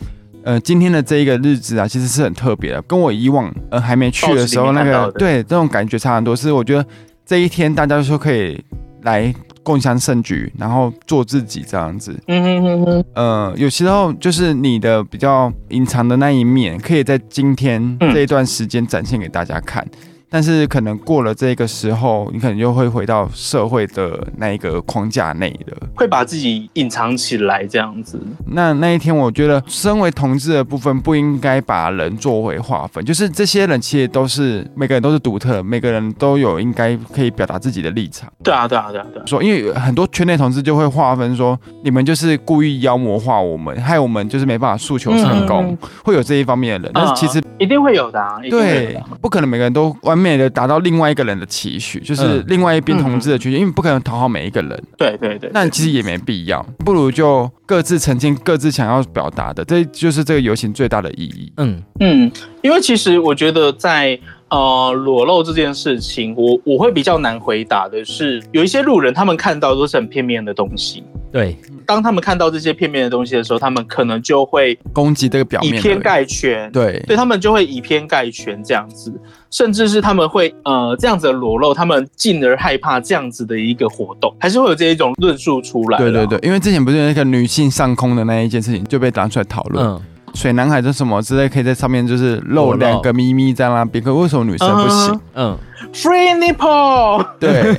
[SPEAKER 1] 呃，今天的这一个日子啊，其实是很特别的，跟我以往呃还没去的时候
[SPEAKER 3] 报
[SPEAKER 1] 那
[SPEAKER 3] 纸里面看
[SPEAKER 1] 个
[SPEAKER 3] 到的
[SPEAKER 1] 对这种感觉差很多。是我觉得这一天大家说可以来共襄盛举，然后做自己这样子。
[SPEAKER 3] 嗯哼哼哼，
[SPEAKER 1] 呃，有时候就是你的比较隐藏的那一面，可以在今天
[SPEAKER 3] 嗯
[SPEAKER 1] 这一段时间展现给大家看。但是可能过了这个时候，你可能又会回到社会的那一个框架内了。
[SPEAKER 3] 会把自己隐藏起来这样子。
[SPEAKER 1] 那那一天，我觉得身为同志的部分不应该把人作为划分，就是这些人其实都是每个人都是独特的，每个人都有应该可以表达自己的立场。
[SPEAKER 3] 对啊，对啊，对啊，对啊。
[SPEAKER 1] 说，因为很多圈内同志就会划分说，你们就是故意妖魔化我们，害我们就是没办法诉求成功，会有这一方面的人。但是其实、
[SPEAKER 3] 嗯一定会有的、嗯啊，一定会有
[SPEAKER 1] 对
[SPEAKER 3] 的啊。，
[SPEAKER 1] 不可能每个人都完美的达到另外一个人的期许，就是
[SPEAKER 2] 嗯
[SPEAKER 1] 另外一边同志的群体，因为不可能讨好每一个人。
[SPEAKER 3] 对对对，
[SPEAKER 1] 那其实也没必要，不如就各自澄清各自想要表达的，这就是这个游行最大的意义。
[SPEAKER 2] 嗯，
[SPEAKER 3] 嗯，因为其实我觉得在呃裸露这件事情，我我会比较难回答的是，有一些路人他们看到都是很片面的东西。
[SPEAKER 2] 对，
[SPEAKER 1] 嗯
[SPEAKER 3] 当他们看到这些片面的东西的时候，他们可能就会
[SPEAKER 1] 攻击这个表
[SPEAKER 3] 以
[SPEAKER 1] 面而已，
[SPEAKER 3] 偏概全，
[SPEAKER 1] 对
[SPEAKER 3] 对他们就会以偏概全这样子，甚至是他们会呃这样子的裸露，他们进而害怕这样子的一个活动，还是会有这一种论述出来。
[SPEAKER 1] 对对，对，因为之前不是有那个女性上空的那一件事情就被拿出来讨论，
[SPEAKER 2] 嗯，
[SPEAKER 1] 水男孩这什么之类，可以在上面就是露两个咪咪在那边，可为什么女生不行？
[SPEAKER 2] 嗯，
[SPEAKER 3] ，free nipple，
[SPEAKER 1] 对，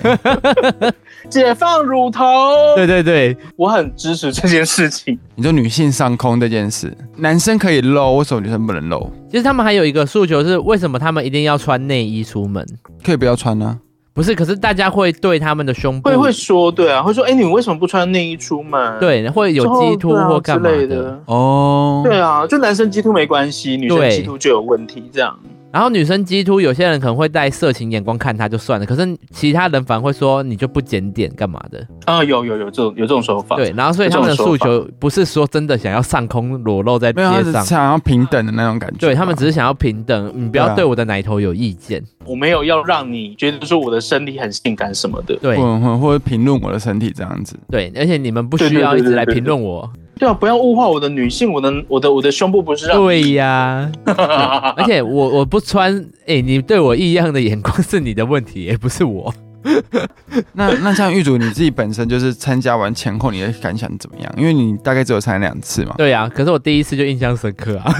[SPEAKER 3] 解放乳头，
[SPEAKER 2] 对对对，
[SPEAKER 3] 我很支持这件事情。
[SPEAKER 1] 你说女性上空这件事，男生可以露，为什么女生不能露？
[SPEAKER 2] 其实他们还有一个诉求是，为什么他们一定要穿内衣出门？
[SPEAKER 1] 可以不要穿呢、啊
[SPEAKER 2] 不是，可是大家会对他们的胸部
[SPEAKER 3] 会会说，对啊，会说，哎、你为什么不穿内衣出门？
[SPEAKER 2] 嗯对会有
[SPEAKER 3] 之后，
[SPEAKER 2] 鸡突
[SPEAKER 3] 对啊
[SPEAKER 2] 或干嘛
[SPEAKER 3] 之类
[SPEAKER 2] 的。
[SPEAKER 3] 的。
[SPEAKER 1] 哦，
[SPEAKER 3] 对啊，就男生鸡突没关系，女生
[SPEAKER 2] 对
[SPEAKER 3] 鸡突就有问题，这样。
[SPEAKER 2] 然后女生鸡突，有些人可能会带色情眼光看她就算了，可是其他人反而会说你就不检点干嘛的。
[SPEAKER 3] 啊、有有有这种有这种手法。
[SPEAKER 2] 对，然后所以他们的
[SPEAKER 3] 这种
[SPEAKER 2] 诉
[SPEAKER 3] 说法
[SPEAKER 2] 求不是说真的想要上空裸露在
[SPEAKER 1] 没
[SPEAKER 2] 街
[SPEAKER 1] 有，他只是
[SPEAKER 2] 上，
[SPEAKER 1] 想要平等的那种感觉吧。
[SPEAKER 2] 对他们只是想要平等，你不
[SPEAKER 1] 对
[SPEAKER 2] 要
[SPEAKER 1] 啊
[SPEAKER 2] 对我的奶头有意见。
[SPEAKER 3] 我没有要让你觉得说我的身体很性感什么的。
[SPEAKER 2] 对
[SPEAKER 1] 或或或者评论我的身体这样子。
[SPEAKER 2] 对，而且你们不
[SPEAKER 3] 对
[SPEAKER 2] 需
[SPEAKER 3] 对
[SPEAKER 2] 要
[SPEAKER 3] 对
[SPEAKER 2] 一直
[SPEAKER 3] 对
[SPEAKER 2] 来
[SPEAKER 3] 对
[SPEAKER 2] 评
[SPEAKER 3] 对
[SPEAKER 2] 论我。
[SPEAKER 3] 对啊，不要物化我的女性，我的我的我的胸部不是让
[SPEAKER 2] 对 呀，而且我我不穿，哎、你对我异样的眼光是你的问题，也不是 我。
[SPEAKER 1] 那那像玉主你自己本身就是参加完前后你的感想怎么样？因为你大概只有参加两次嘛。
[SPEAKER 2] 对呀、可是我第一次就印象深 刻啊，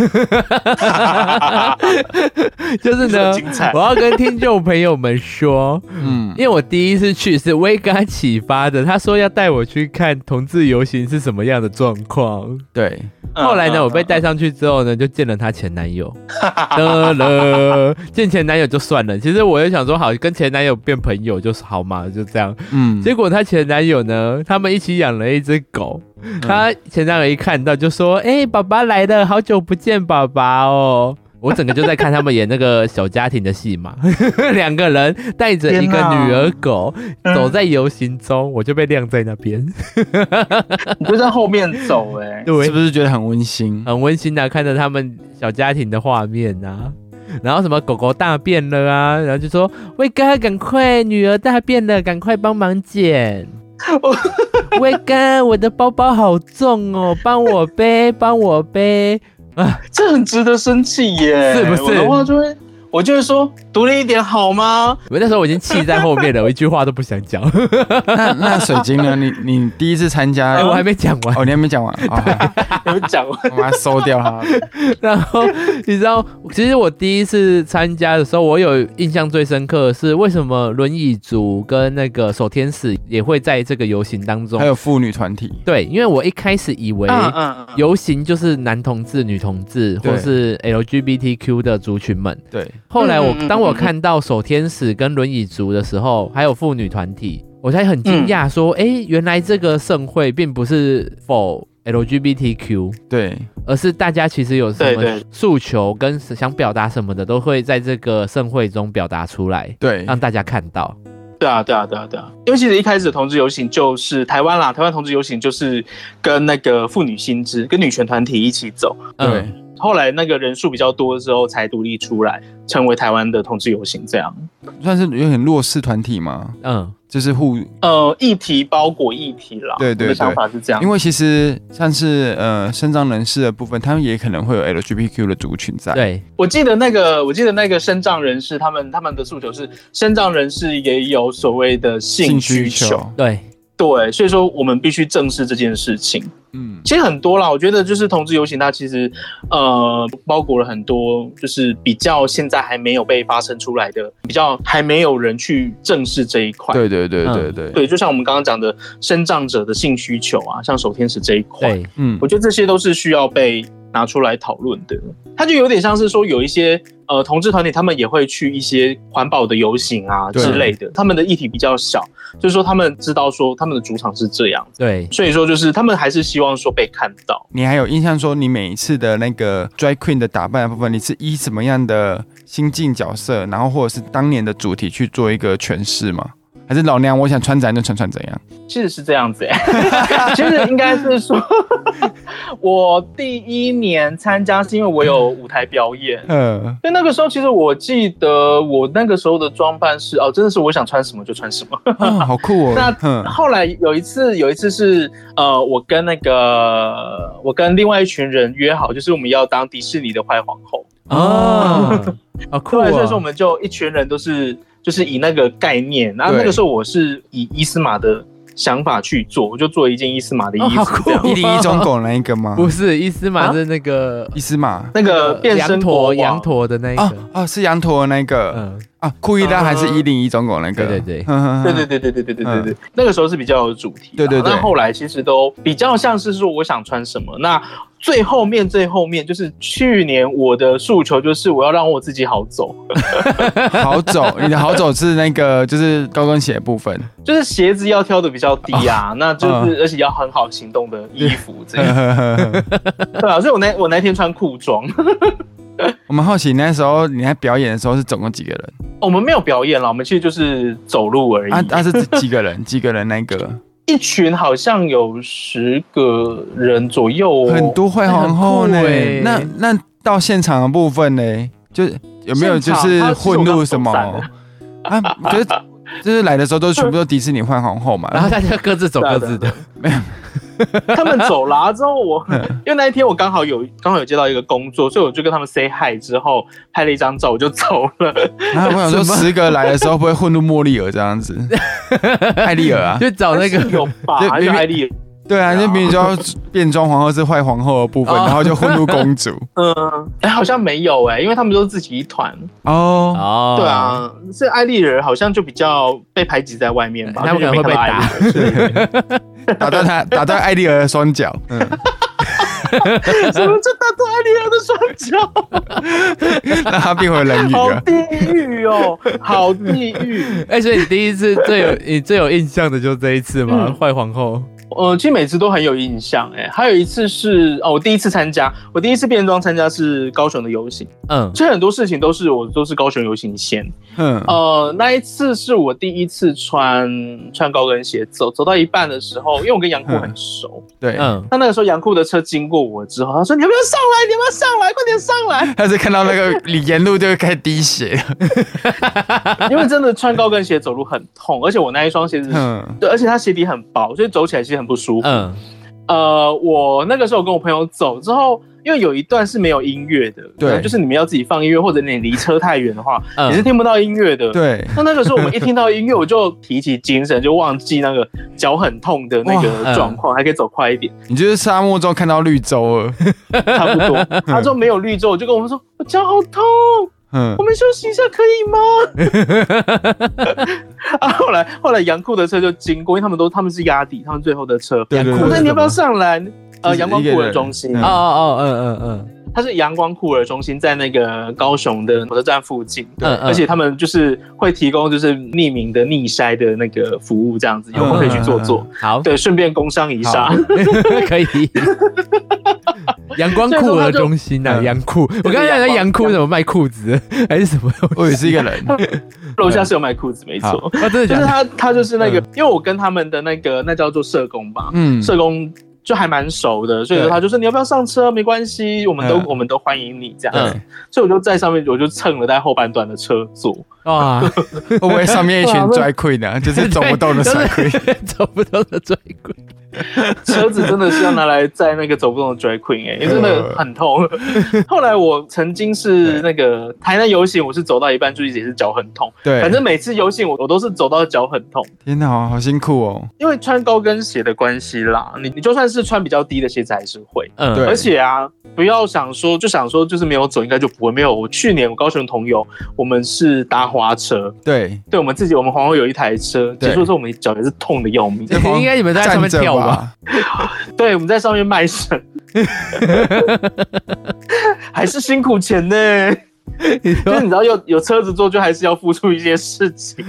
[SPEAKER 2] 就是呢
[SPEAKER 3] 这么精彩，
[SPEAKER 2] 我要跟听众朋友们说，
[SPEAKER 1] 嗯
[SPEAKER 2] 因，为我第一次去是威哥启发的，他说要带我去看同志游行是什么样的状况。
[SPEAKER 1] 对，
[SPEAKER 3] 嗯
[SPEAKER 2] 后来
[SPEAKER 3] 嗯
[SPEAKER 2] 呢，我被带上去之后呢，就见了她前男 友，得了，见前男友就算了。其实我也想说，好跟前男友变朋友就是好嘛，就这样。
[SPEAKER 1] 嗯，
[SPEAKER 2] 结果她前男友呢，他们一起养了一只狗。
[SPEAKER 3] 嗯
[SPEAKER 2] 她前男友一看到就说：“哎、爸爸来了，好久不见，爸爸哦。” 我整个就在看他们演那个小家庭的戏嘛， 两个人带着一个
[SPEAKER 3] 天哪
[SPEAKER 2] 女儿狗
[SPEAKER 3] 嗯
[SPEAKER 2] 走在游行中，我就被晾在那边。
[SPEAKER 3] 嗯你就在后面走哎、
[SPEAKER 2] 对
[SPEAKER 1] 是，不是觉得很温馨？
[SPEAKER 2] 很温馨的、啊看着他们小家庭的画面啊。然后什么狗狗大便了啊，然后就说威哥赶快，女儿大便了，赶快帮忙捡。威哥，我的包包好重哦，帮我背，帮我背。
[SPEAKER 3] 这很值得生气耶，
[SPEAKER 2] 是不是
[SPEAKER 3] 我的话就会，我就会说独立一点好吗？
[SPEAKER 2] 我那时候我已经气在后面了，我一句话都不想讲。
[SPEAKER 1] 那那水晶呢？你你第一次参加
[SPEAKER 2] 哎、，我还没讲完。
[SPEAKER 1] 哦，你还没讲完，哦好
[SPEAKER 3] 你 们讲，
[SPEAKER 1] 我 把它收掉啊它。
[SPEAKER 2] 然后你知道，其实我第一次参加的时候，我有印象最深刻的是为什么轮椅族跟那个守天使也会在这个游行当中
[SPEAKER 1] 还有妇女团体，
[SPEAKER 2] 对，因为我一开始以为
[SPEAKER 3] 嗯嗯嗯，
[SPEAKER 2] 游行就是男同志、女同志
[SPEAKER 1] 对
[SPEAKER 2] 或是 LGBTQ 的族群们。
[SPEAKER 1] 对，
[SPEAKER 2] 后来我
[SPEAKER 3] 嗯嗯嗯
[SPEAKER 2] 当我
[SPEAKER 3] 嗯嗯
[SPEAKER 2] 看到守天使跟轮椅族的时候，还有妇女团体，我才很惊讶，说：“
[SPEAKER 3] 嗯
[SPEAKER 2] 哎、原来这个盛会并不是否 LGBTQ，
[SPEAKER 1] 对，
[SPEAKER 2] 而是大家其实有什
[SPEAKER 3] 对
[SPEAKER 2] 么
[SPEAKER 3] 对
[SPEAKER 2] 诉求跟想表达什么的，都会在这个盛会中表达出来，
[SPEAKER 1] 对，
[SPEAKER 3] 啊
[SPEAKER 2] 让大家看到。
[SPEAKER 3] 对啊对啊对啊对啊，因为其实一开始的同志游行就是台湾啦，台湾同志游行就是跟那个妇女新知、跟女权团体一起走，
[SPEAKER 2] 嗯，
[SPEAKER 1] 对，
[SPEAKER 3] 后来那个人数比较多之后才独立出来，成为台湾的同志游行这样。
[SPEAKER 1] 算是有点弱势团体嘛，
[SPEAKER 2] 嗯，
[SPEAKER 1] 就是互，
[SPEAKER 3] 呃，议题包裹议题啦，
[SPEAKER 1] 对对
[SPEAKER 3] 我的想
[SPEAKER 1] 对
[SPEAKER 3] 法是这样
[SPEAKER 1] 因。为其实像是呃身障人士的部分，他们也可能会有 LGBTQ 的族群在，
[SPEAKER 2] 对，
[SPEAKER 3] 我记得那个，我记得那个身障人士，他们他们的诉求是，身障人士也有所谓的性需求，
[SPEAKER 2] 对，
[SPEAKER 3] 对，所以说我们必须正视这件事情。
[SPEAKER 1] 嗯，
[SPEAKER 3] 其实很多啦，我觉得就是同志游行，它其实呃包裹了很多，就是比较现在还没有被发生出来的，比较还没有人去正视这一块。
[SPEAKER 1] 对对对对
[SPEAKER 2] 嗯
[SPEAKER 1] 对，
[SPEAKER 3] 对，就像我们刚刚讲的，身障者的性需求啊，像守天使这一块，
[SPEAKER 2] 对，
[SPEAKER 1] 嗯
[SPEAKER 3] 我觉得这些都是需要被拿出来讨论的。它就有点像是说，有一些呃同志团体，他们也会去一些环保的游行啊
[SPEAKER 1] 对
[SPEAKER 3] 之类的，他们的议题比较小，就是说他们知道说他们的主场是这样，
[SPEAKER 2] 对，
[SPEAKER 3] 所以说就是他们还是希望说被看到。
[SPEAKER 1] 你还有印象说你每一次的那个 drag queen 的打扮的部分，你是依什么样的心境角色，然后或者是当年的主题去做一个诠释吗？还是老娘我想穿怎样就穿穿怎样？
[SPEAKER 3] 其实是这样子、欸， 其实应该是说，我第一年参加是因为我有舞台表演，
[SPEAKER 1] 嗯，
[SPEAKER 3] 所以那个时候其实我记得我那个时候的装扮是哦，真的是我想穿什么就穿什么。
[SPEAKER 1] 哦好酷哦。
[SPEAKER 3] 那
[SPEAKER 1] 嗯
[SPEAKER 3] 后来有一次，有一次是呃，我跟那个我跟另外一群人约好，就是我们要当迪士尼的坏皇后。
[SPEAKER 2] 哦，好酷
[SPEAKER 3] 后
[SPEAKER 2] 啊、
[SPEAKER 3] 来所以说我们就一群人都是就是以那个概念，然后
[SPEAKER 1] 对
[SPEAKER 3] 那个时候我是以伊斯玛的想法去做，我就做一件伊斯玛的衣
[SPEAKER 2] 哦好
[SPEAKER 3] 服
[SPEAKER 2] 酷
[SPEAKER 3] 这 样。
[SPEAKER 1] 一零一中狗那一个吗？
[SPEAKER 2] 不是伊斯玛
[SPEAKER 3] 啊
[SPEAKER 2] 是那个呃
[SPEAKER 1] 伊斯玛
[SPEAKER 3] 那个变
[SPEAKER 2] 羊
[SPEAKER 3] 身
[SPEAKER 2] 驼
[SPEAKER 3] 国
[SPEAKER 2] 羊
[SPEAKER 3] 王，
[SPEAKER 2] 驼的那一
[SPEAKER 1] 啊
[SPEAKER 2] 个，
[SPEAKER 1] 啊是羊驼的那个
[SPEAKER 2] 嗯，
[SPEAKER 1] 啊，库伊拉还是一零一中狗那个？
[SPEAKER 2] 对 对对
[SPEAKER 1] 嗯，
[SPEAKER 3] 对
[SPEAKER 1] 对
[SPEAKER 3] 对对对对对对对对，
[SPEAKER 1] 嗯
[SPEAKER 3] 那个时候是比较有主题啦。
[SPEAKER 1] 对对对
[SPEAKER 3] 那后来其实都比较像是说我想穿什么，那最后面最后面就是去年我的诉求就是我要让我自己好走，
[SPEAKER 1] 好走，你的好走是那个就是高跟鞋的部分，
[SPEAKER 3] 就是鞋子要挑的比较低啊，那
[SPEAKER 1] 嗯
[SPEAKER 3] 就是而且要很好行动的衣服这 样，对啊，所以我那我那天穿裤装。
[SPEAKER 1] 我们好奇那时候你在表演的时候是总共几个人？
[SPEAKER 3] 我们没有表演了，我们其实就是走路而已。
[SPEAKER 1] 啊啊是几几个人？ 几个人那个？
[SPEAKER 3] 一群好像有十个人左右、哦，
[SPEAKER 1] 很多会很厚呢
[SPEAKER 2] 很酷欸。
[SPEAKER 1] 那那到现场的部分呢，就有没有就是混入什么
[SPEAKER 3] 现场
[SPEAKER 1] 啊？就是 就是来的时候都全部都迪士尼换皇后嘛，
[SPEAKER 2] 然后大家各自走各自的，
[SPEAKER 3] 他们走了、啊之后我，
[SPEAKER 2] 嗯
[SPEAKER 3] 因为那一天我刚好有刚好有接到一个工作，所以我就跟他们 say hi 之后拍了一张照，我就走了。
[SPEAKER 1] 然后啊我想说十个来的时候会不会混入莫莉尔这样 子？艾丽尔啊，
[SPEAKER 2] 就找哦那个
[SPEAKER 3] 还是有吧，
[SPEAKER 1] 就
[SPEAKER 3] 还是艾丽，
[SPEAKER 1] 对啊，
[SPEAKER 3] 对啊
[SPEAKER 1] 那明明就要变装皇后是坏皇后的部分，
[SPEAKER 2] 哦
[SPEAKER 1] 然后就混入公主
[SPEAKER 3] 嗯，哎、好像没有哎、因为他们都是自己一团。
[SPEAKER 1] 哦。
[SPEAKER 2] 哦，
[SPEAKER 3] 对，啊，是艾丽人好像就比较被排挤在外面吧，
[SPEAKER 2] 他们可能会被打
[SPEAKER 3] 就没看到艾丽人。
[SPEAKER 1] 打断他，打断艾丽儿的双脚。嗯，
[SPEAKER 3] 对 怎么就打断艾丽人的双 脚？
[SPEAKER 1] 让他变回
[SPEAKER 2] 啊
[SPEAKER 1] 人鱼啊
[SPEAKER 3] 好
[SPEAKER 1] 了。
[SPEAKER 3] 地狱哦，好地狱。
[SPEAKER 2] 哎，所以你第一次最有你最有印象的就是这一次吗？
[SPEAKER 3] 嗯
[SPEAKER 2] 坏皇后，
[SPEAKER 3] 呃，其实每次都很有印象哎、还有一次是哦，我第一次参加，我第一次变装参加是高雄的游行，
[SPEAKER 2] 嗯，
[SPEAKER 3] 所以很多事情都是我都是高雄游行先。
[SPEAKER 1] 嗯，
[SPEAKER 2] 哦
[SPEAKER 3] 呃，那一次是我第一次穿穿高跟鞋走，走到一半的时候，因为我跟杨库很熟，
[SPEAKER 1] 对，
[SPEAKER 2] 嗯，
[SPEAKER 3] 他那个时候杨库的车经过我之后，他说你要不要上来？你要不要上来？快点上来！
[SPEAKER 1] 他是看到那个李沿路就开始滴血。
[SPEAKER 3] 因为真的穿高跟鞋走路很痛，而且我那一双鞋子是。
[SPEAKER 1] 嗯，
[SPEAKER 3] 对，而且它鞋底很薄，所以走起来其实很不舒服。
[SPEAKER 2] 嗯，
[SPEAKER 3] 呃，我那个时候跟我朋友走之后，因为有一段是没有音乐的，
[SPEAKER 1] 对
[SPEAKER 3] 可能就是你们要自己放音乐，或者你离车太远的话，
[SPEAKER 2] 嗯
[SPEAKER 3] 你是听不到音乐的。。
[SPEAKER 1] 对，
[SPEAKER 3] 那那个时候我们一听到音乐，我就提起精神，就忘记那个脚很痛的那
[SPEAKER 2] 哇
[SPEAKER 1] 嗯
[SPEAKER 3] 个状况，还可以走快一点，
[SPEAKER 1] 你就是沙漠中看到绿洲了。
[SPEAKER 3] 差不 多。他说没有绿洲，我就跟我们说我脚好痛，
[SPEAKER 1] 嗯
[SPEAKER 3] 我，们休息一下可以吗？ 啊，后来后来杨库的车就经过，因为他们都他们是压底，他们最后的车。
[SPEAKER 1] 对对
[SPEAKER 2] 酷的
[SPEAKER 3] 我说
[SPEAKER 1] 对
[SPEAKER 3] 你要不要上来？
[SPEAKER 1] 就
[SPEAKER 3] 呃，
[SPEAKER 1] 是
[SPEAKER 3] 阳光
[SPEAKER 1] 一个
[SPEAKER 3] 酷儿
[SPEAKER 1] 人
[SPEAKER 3] 中心
[SPEAKER 1] 嗯
[SPEAKER 2] 哦哦哦，嗯嗯
[SPEAKER 3] 它是阳光酷儿中心，在那个高雄的火车站附近。
[SPEAKER 2] 嗯嗯
[SPEAKER 3] 而且他们就是会提供就是匿名的逆筛的那个服务，这样子，有空可以去坐坐。
[SPEAKER 2] 嗯，好，
[SPEAKER 3] 对，顺便工商一下
[SPEAKER 1] 好。
[SPEAKER 2] 可以。阳光酷儿中心啊，
[SPEAKER 1] 嗯
[SPEAKER 2] 阳酷，我刚才在阳酷怎么卖裤子，还是什么？
[SPEAKER 1] 我也是一个 人。
[SPEAKER 3] 楼下是有卖裤子，没
[SPEAKER 1] 好
[SPEAKER 3] 错。
[SPEAKER 2] 我真的
[SPEAKER 3] 就
[SPEAKER 2] 假
[SPEAKER 3] 是
[SPEAKER 2] 的？
[SPEAKER 3] 他，他就是那个，因为我跟他们的那个那叫做社工吧，
[SPEAKER 1] 嗯，
[SPEAKER 3] 社工就还蛮熟的，所以说
[SPEAKER 1] 对
[SPEAKER 3] 他就说你要不要上车，没关系，我们都
[SPEAKER 1] 嗯
[SPEAKER 3] 我们都欢迎你这样
[SPEAKER 2] 嗯
[SPEAKER 3] 子。所以我就在上面，我就蹭了在后半段的车坐。
[SPEAKER 2] 哇，
[SPEAKER 1] 会不会上面一群
[SPEAKER 3] 对啊
[SPEAKER 1] drag queen 呢？就是走不 动的 drag queen。
[SPEAKER 2] 对，走不动的拽鬼。
[SPEAKER 3] 车子真的是要拿来载那个走不动的 drag queen 哎、因为真的很痛。后来我曾经是那个台南游行，我是走到一半就一直也是脚很痛，
[SPEAKER 1] 对，
[SPEAKER 3] 反正每次游行我我都是走到脚很痛，
[SPEAKER 1] 天哪，好好辛苦哦。
[SPEAKER 3] 因为穿高跟鞋的关系啦，你你就算是穿比较低的鞋子还是会。
[SPEAKER 2] 嗯，
[SPEAKER 1] 对
[SPEAKER 3] 而且啊，不要想说，就想说，就是没有走，应该就不会没有。我去年我高雄同游，我们是搭花车，
[SPEAKER 1] 对，
[SPEAKER 3] 对我们自己，我们皇后有一台车，
[SPEAKER 1] 对
[SPEAKER 3] 结束之后我们脚也是痛的要命。
[SPEAKER 2] 应该你们在上面
[SPEAKER 1] 站着
[SPEAKER 2] 跳啊吧？
[SPEAKER 1] 吧？
[SPEAKER 3] 对，我们在上面卖身， 还是辛苦钱呢。
[SPEAKER 2] 你
[SPEAKER 3] 就是
[SPEAKER 2] 说
[SPEAKER 3] 你知道有有车子坐，就还是要付出一些事情。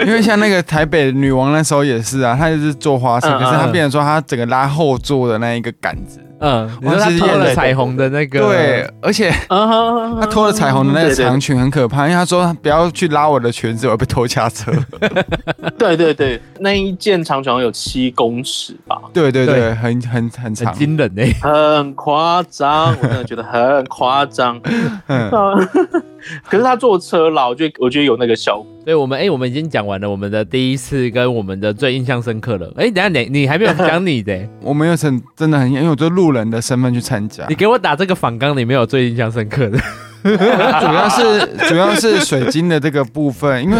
[SPEAKER 1] 因为像那个台北女王那时候也是啊，她就是坐花车，
[SPEAKER 3] 嗯嗯
[SPEAKER 1] 可是她
[SPEAKER 2] 嗯
[SPEAKER 1] 变成说她整个拉后座的那一个杆子。
[SPEAKER 2] 嗯，你说他拖了彩虹的那个，啊
[SPEAKER 1] 对，而且
[SPEAKER 3] 嗯哼，
[SPEAKER 1] 她拖了彩虹的那个
[SPEAKER 3] 对对
[SPEAKER 1] 长裙很可怕，因为她说她不要去拉我的裙子，我会被偷掐 车。
[SPEAKER 3] 对对对，那一件长裙好像有七公尺吧，
[SPEAKER 1] 对对对，
[SPEAKER 2] 对
[SPEAKER 1] 很很很
[SPEAKER 2] 很
[SPEAKER 1] 长。
[SPEAKER 2] 惊人呢。欸
[SPEAKER 3] 很夸张，我真的觉得很夸张。
[SPEAKER 1] 嗯，
[SPEAKER 3] 嗯 可是他坐车啦，我觉得我觉得有那个效果。
[SPEAKER 2] 所以我们哎、我们已经讲完了我们的第一次跟我们的最印象深刻了。哎、等一下你你还没有讲 你的、
[SPEAKER 1] 我没有很真的很，因为我做路人的身份去参加
[SPEAKER 2] 你。给我打这个反纲里面有最印象深刻的。
[SPEAKER 1] 主要是主要是水晶的这个部分， 因为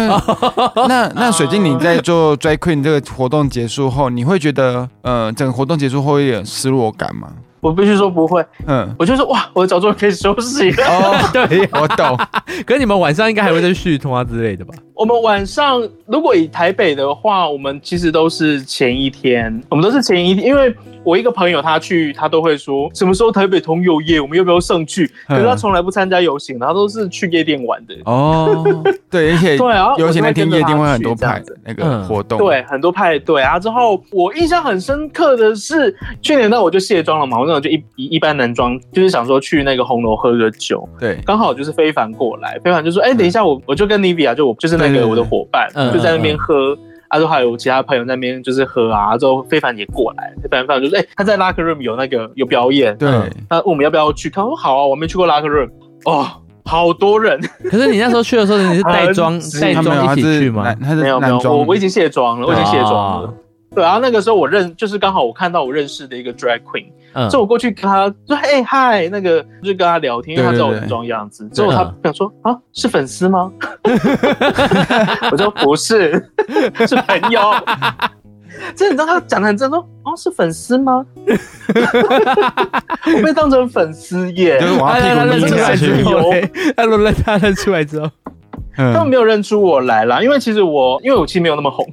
[SPEAKER 1] 那那水晶你在做 drag queen 这个活动结束后，你会觉得呃整个活动结束后会有点失落感吗？
[SPEAKER 3] 我必须说不会，
[SPEAKER 1] 嗯，
[SPEAKER 3] 我就说哇，我的脚终于可以休息了。
[SPEAKER 1] 哦，
[SPEAKER 2] 对，
[SPEAKER 1] 我懂，
[SPEAKER 2] 可是你们晚上应该还会再续通啊之类的吧？
[SPEAKER 3] 我们晚上如果以台北的话，我们其实都是前一天，我们都是前一天，因为我一个朋友他去，他都会说什么时候台北同游夜，我们要不要上去？可是他
[SPEAKER 1] 嗯
[SPEAKER 3] 从来不参加游行，他都是去夜店玩的。
[SPEAKER 1] 哦，对，而 且
[SPEAKER 3] 对啊
[SPEAKER 1] 尤其
[SPEAKER 3] 我就会
[SPEAKER 1] 那天
[SPEAKER 3] 跟着
[SPEAKER 1] 夜店
[SPEAKER 3] 他
[SPEAKER 1] 会很
[SPEAKER 3] 去
[SPEAKER 1] 多
[SPEAKER 3] 这样
[SPEAKER 1] 派
[SPEAKER 3] 子
[SPEAKER 1] 那个
[SPEAKER 2] 嗯
[SPEAKER 1] 活动，
[SPEAKER 3] 对，很多派对啊。之后我印象很深刻的是，去年那我就卸妆了嘛，我那种就一一一般男装，就是想说去那个红楼喝个酒，
[SPEAKER 1] 对
[SPEAKER 3] 刚好就是非凡过来，非凡就说：“哎、等一下我我就跟 Nivia 就我就是
[SPEAKER 1] 嗯对
[SPEAKER 3] 那
[SPEAKER 1] 对
[SPEAKER 3] 个
[SPEAKER 1] 对
[SPEAKER 3] 我的伙伴，
[SPEAKER 2] 嗯
[SPEAKER 3] 就在那边喝。啊，之后还有其他朋友在那边就是喝啊，之后非凡也过来，非凡非凡就说：“哎、他在 Locker Room 有那个有表演，
[SPEAKER 1] 对，
[SPEAKER 2] 嗯
[SPEAKER 3] 那我们要不要去看？”我说：“好啊，我没去过 Locker Room 哦，好多人，
[SPEAKER 2] 可是你那时候去的时候，你是带 妆
[SPEAKER 3] 很
[SPEAKER 2] 带
[SPEAKER 1] 嗯他没有，他
[SPEAKER 2] 妆一起去
[SPEAKER 1] 是
[SPEAKER 2] 吗
[SPEAKER 1] 男，？他是
[SPEAKER 3] 没有没
[SPEAKER 1] 男
[SPEAKER 3] 有，
[SPEAKER 1] 装，啊
[SPEAKER 3] 我我已经卸妆了，我已经卸妆了
[SPEAKER 2] 哦。
[SPEAKER 3] 对，然后那个时候我认，就是刚好我看到我认识的一个 drag queen，
[SPEAKER 2] 嗯
[SPEAKER 3] 所以我过去跟他说：“哎嗨，那个就跟他聊天，因为他知道我
[SPEAKER 1] 对对对嗯
[SPEAKER 3] 的装样子。”之后他想说：“啊，是粉丝吗？”我说：“ 不是，是朋友。”真的，你知道他讲的很真，说：“哦，是粉丝吗？” 我被当成粉丝耶
[SPEAKER 1] 就，是往
[SPEAKER 2] 他
[SPEAKER 1] 他屁
[SPEAKER 2] 他
[SPEAKER 1] 股
[SPEAKER 2] 认
[SPEAKER 1] 拧
[SPEAKER 2] 出来
[SPEAKER 1] 下
[SPEAKER 2] 之
[SPEAKER 1] 去，
[SPEAKER 2] 后嘞，他认他认出来之后，
[SPEAKER 3] 他们
[SPEAKER 1] 嗯，
[SPEAKER 3] 没有认出我来啦，因为其实我，因为我其实没有那么红。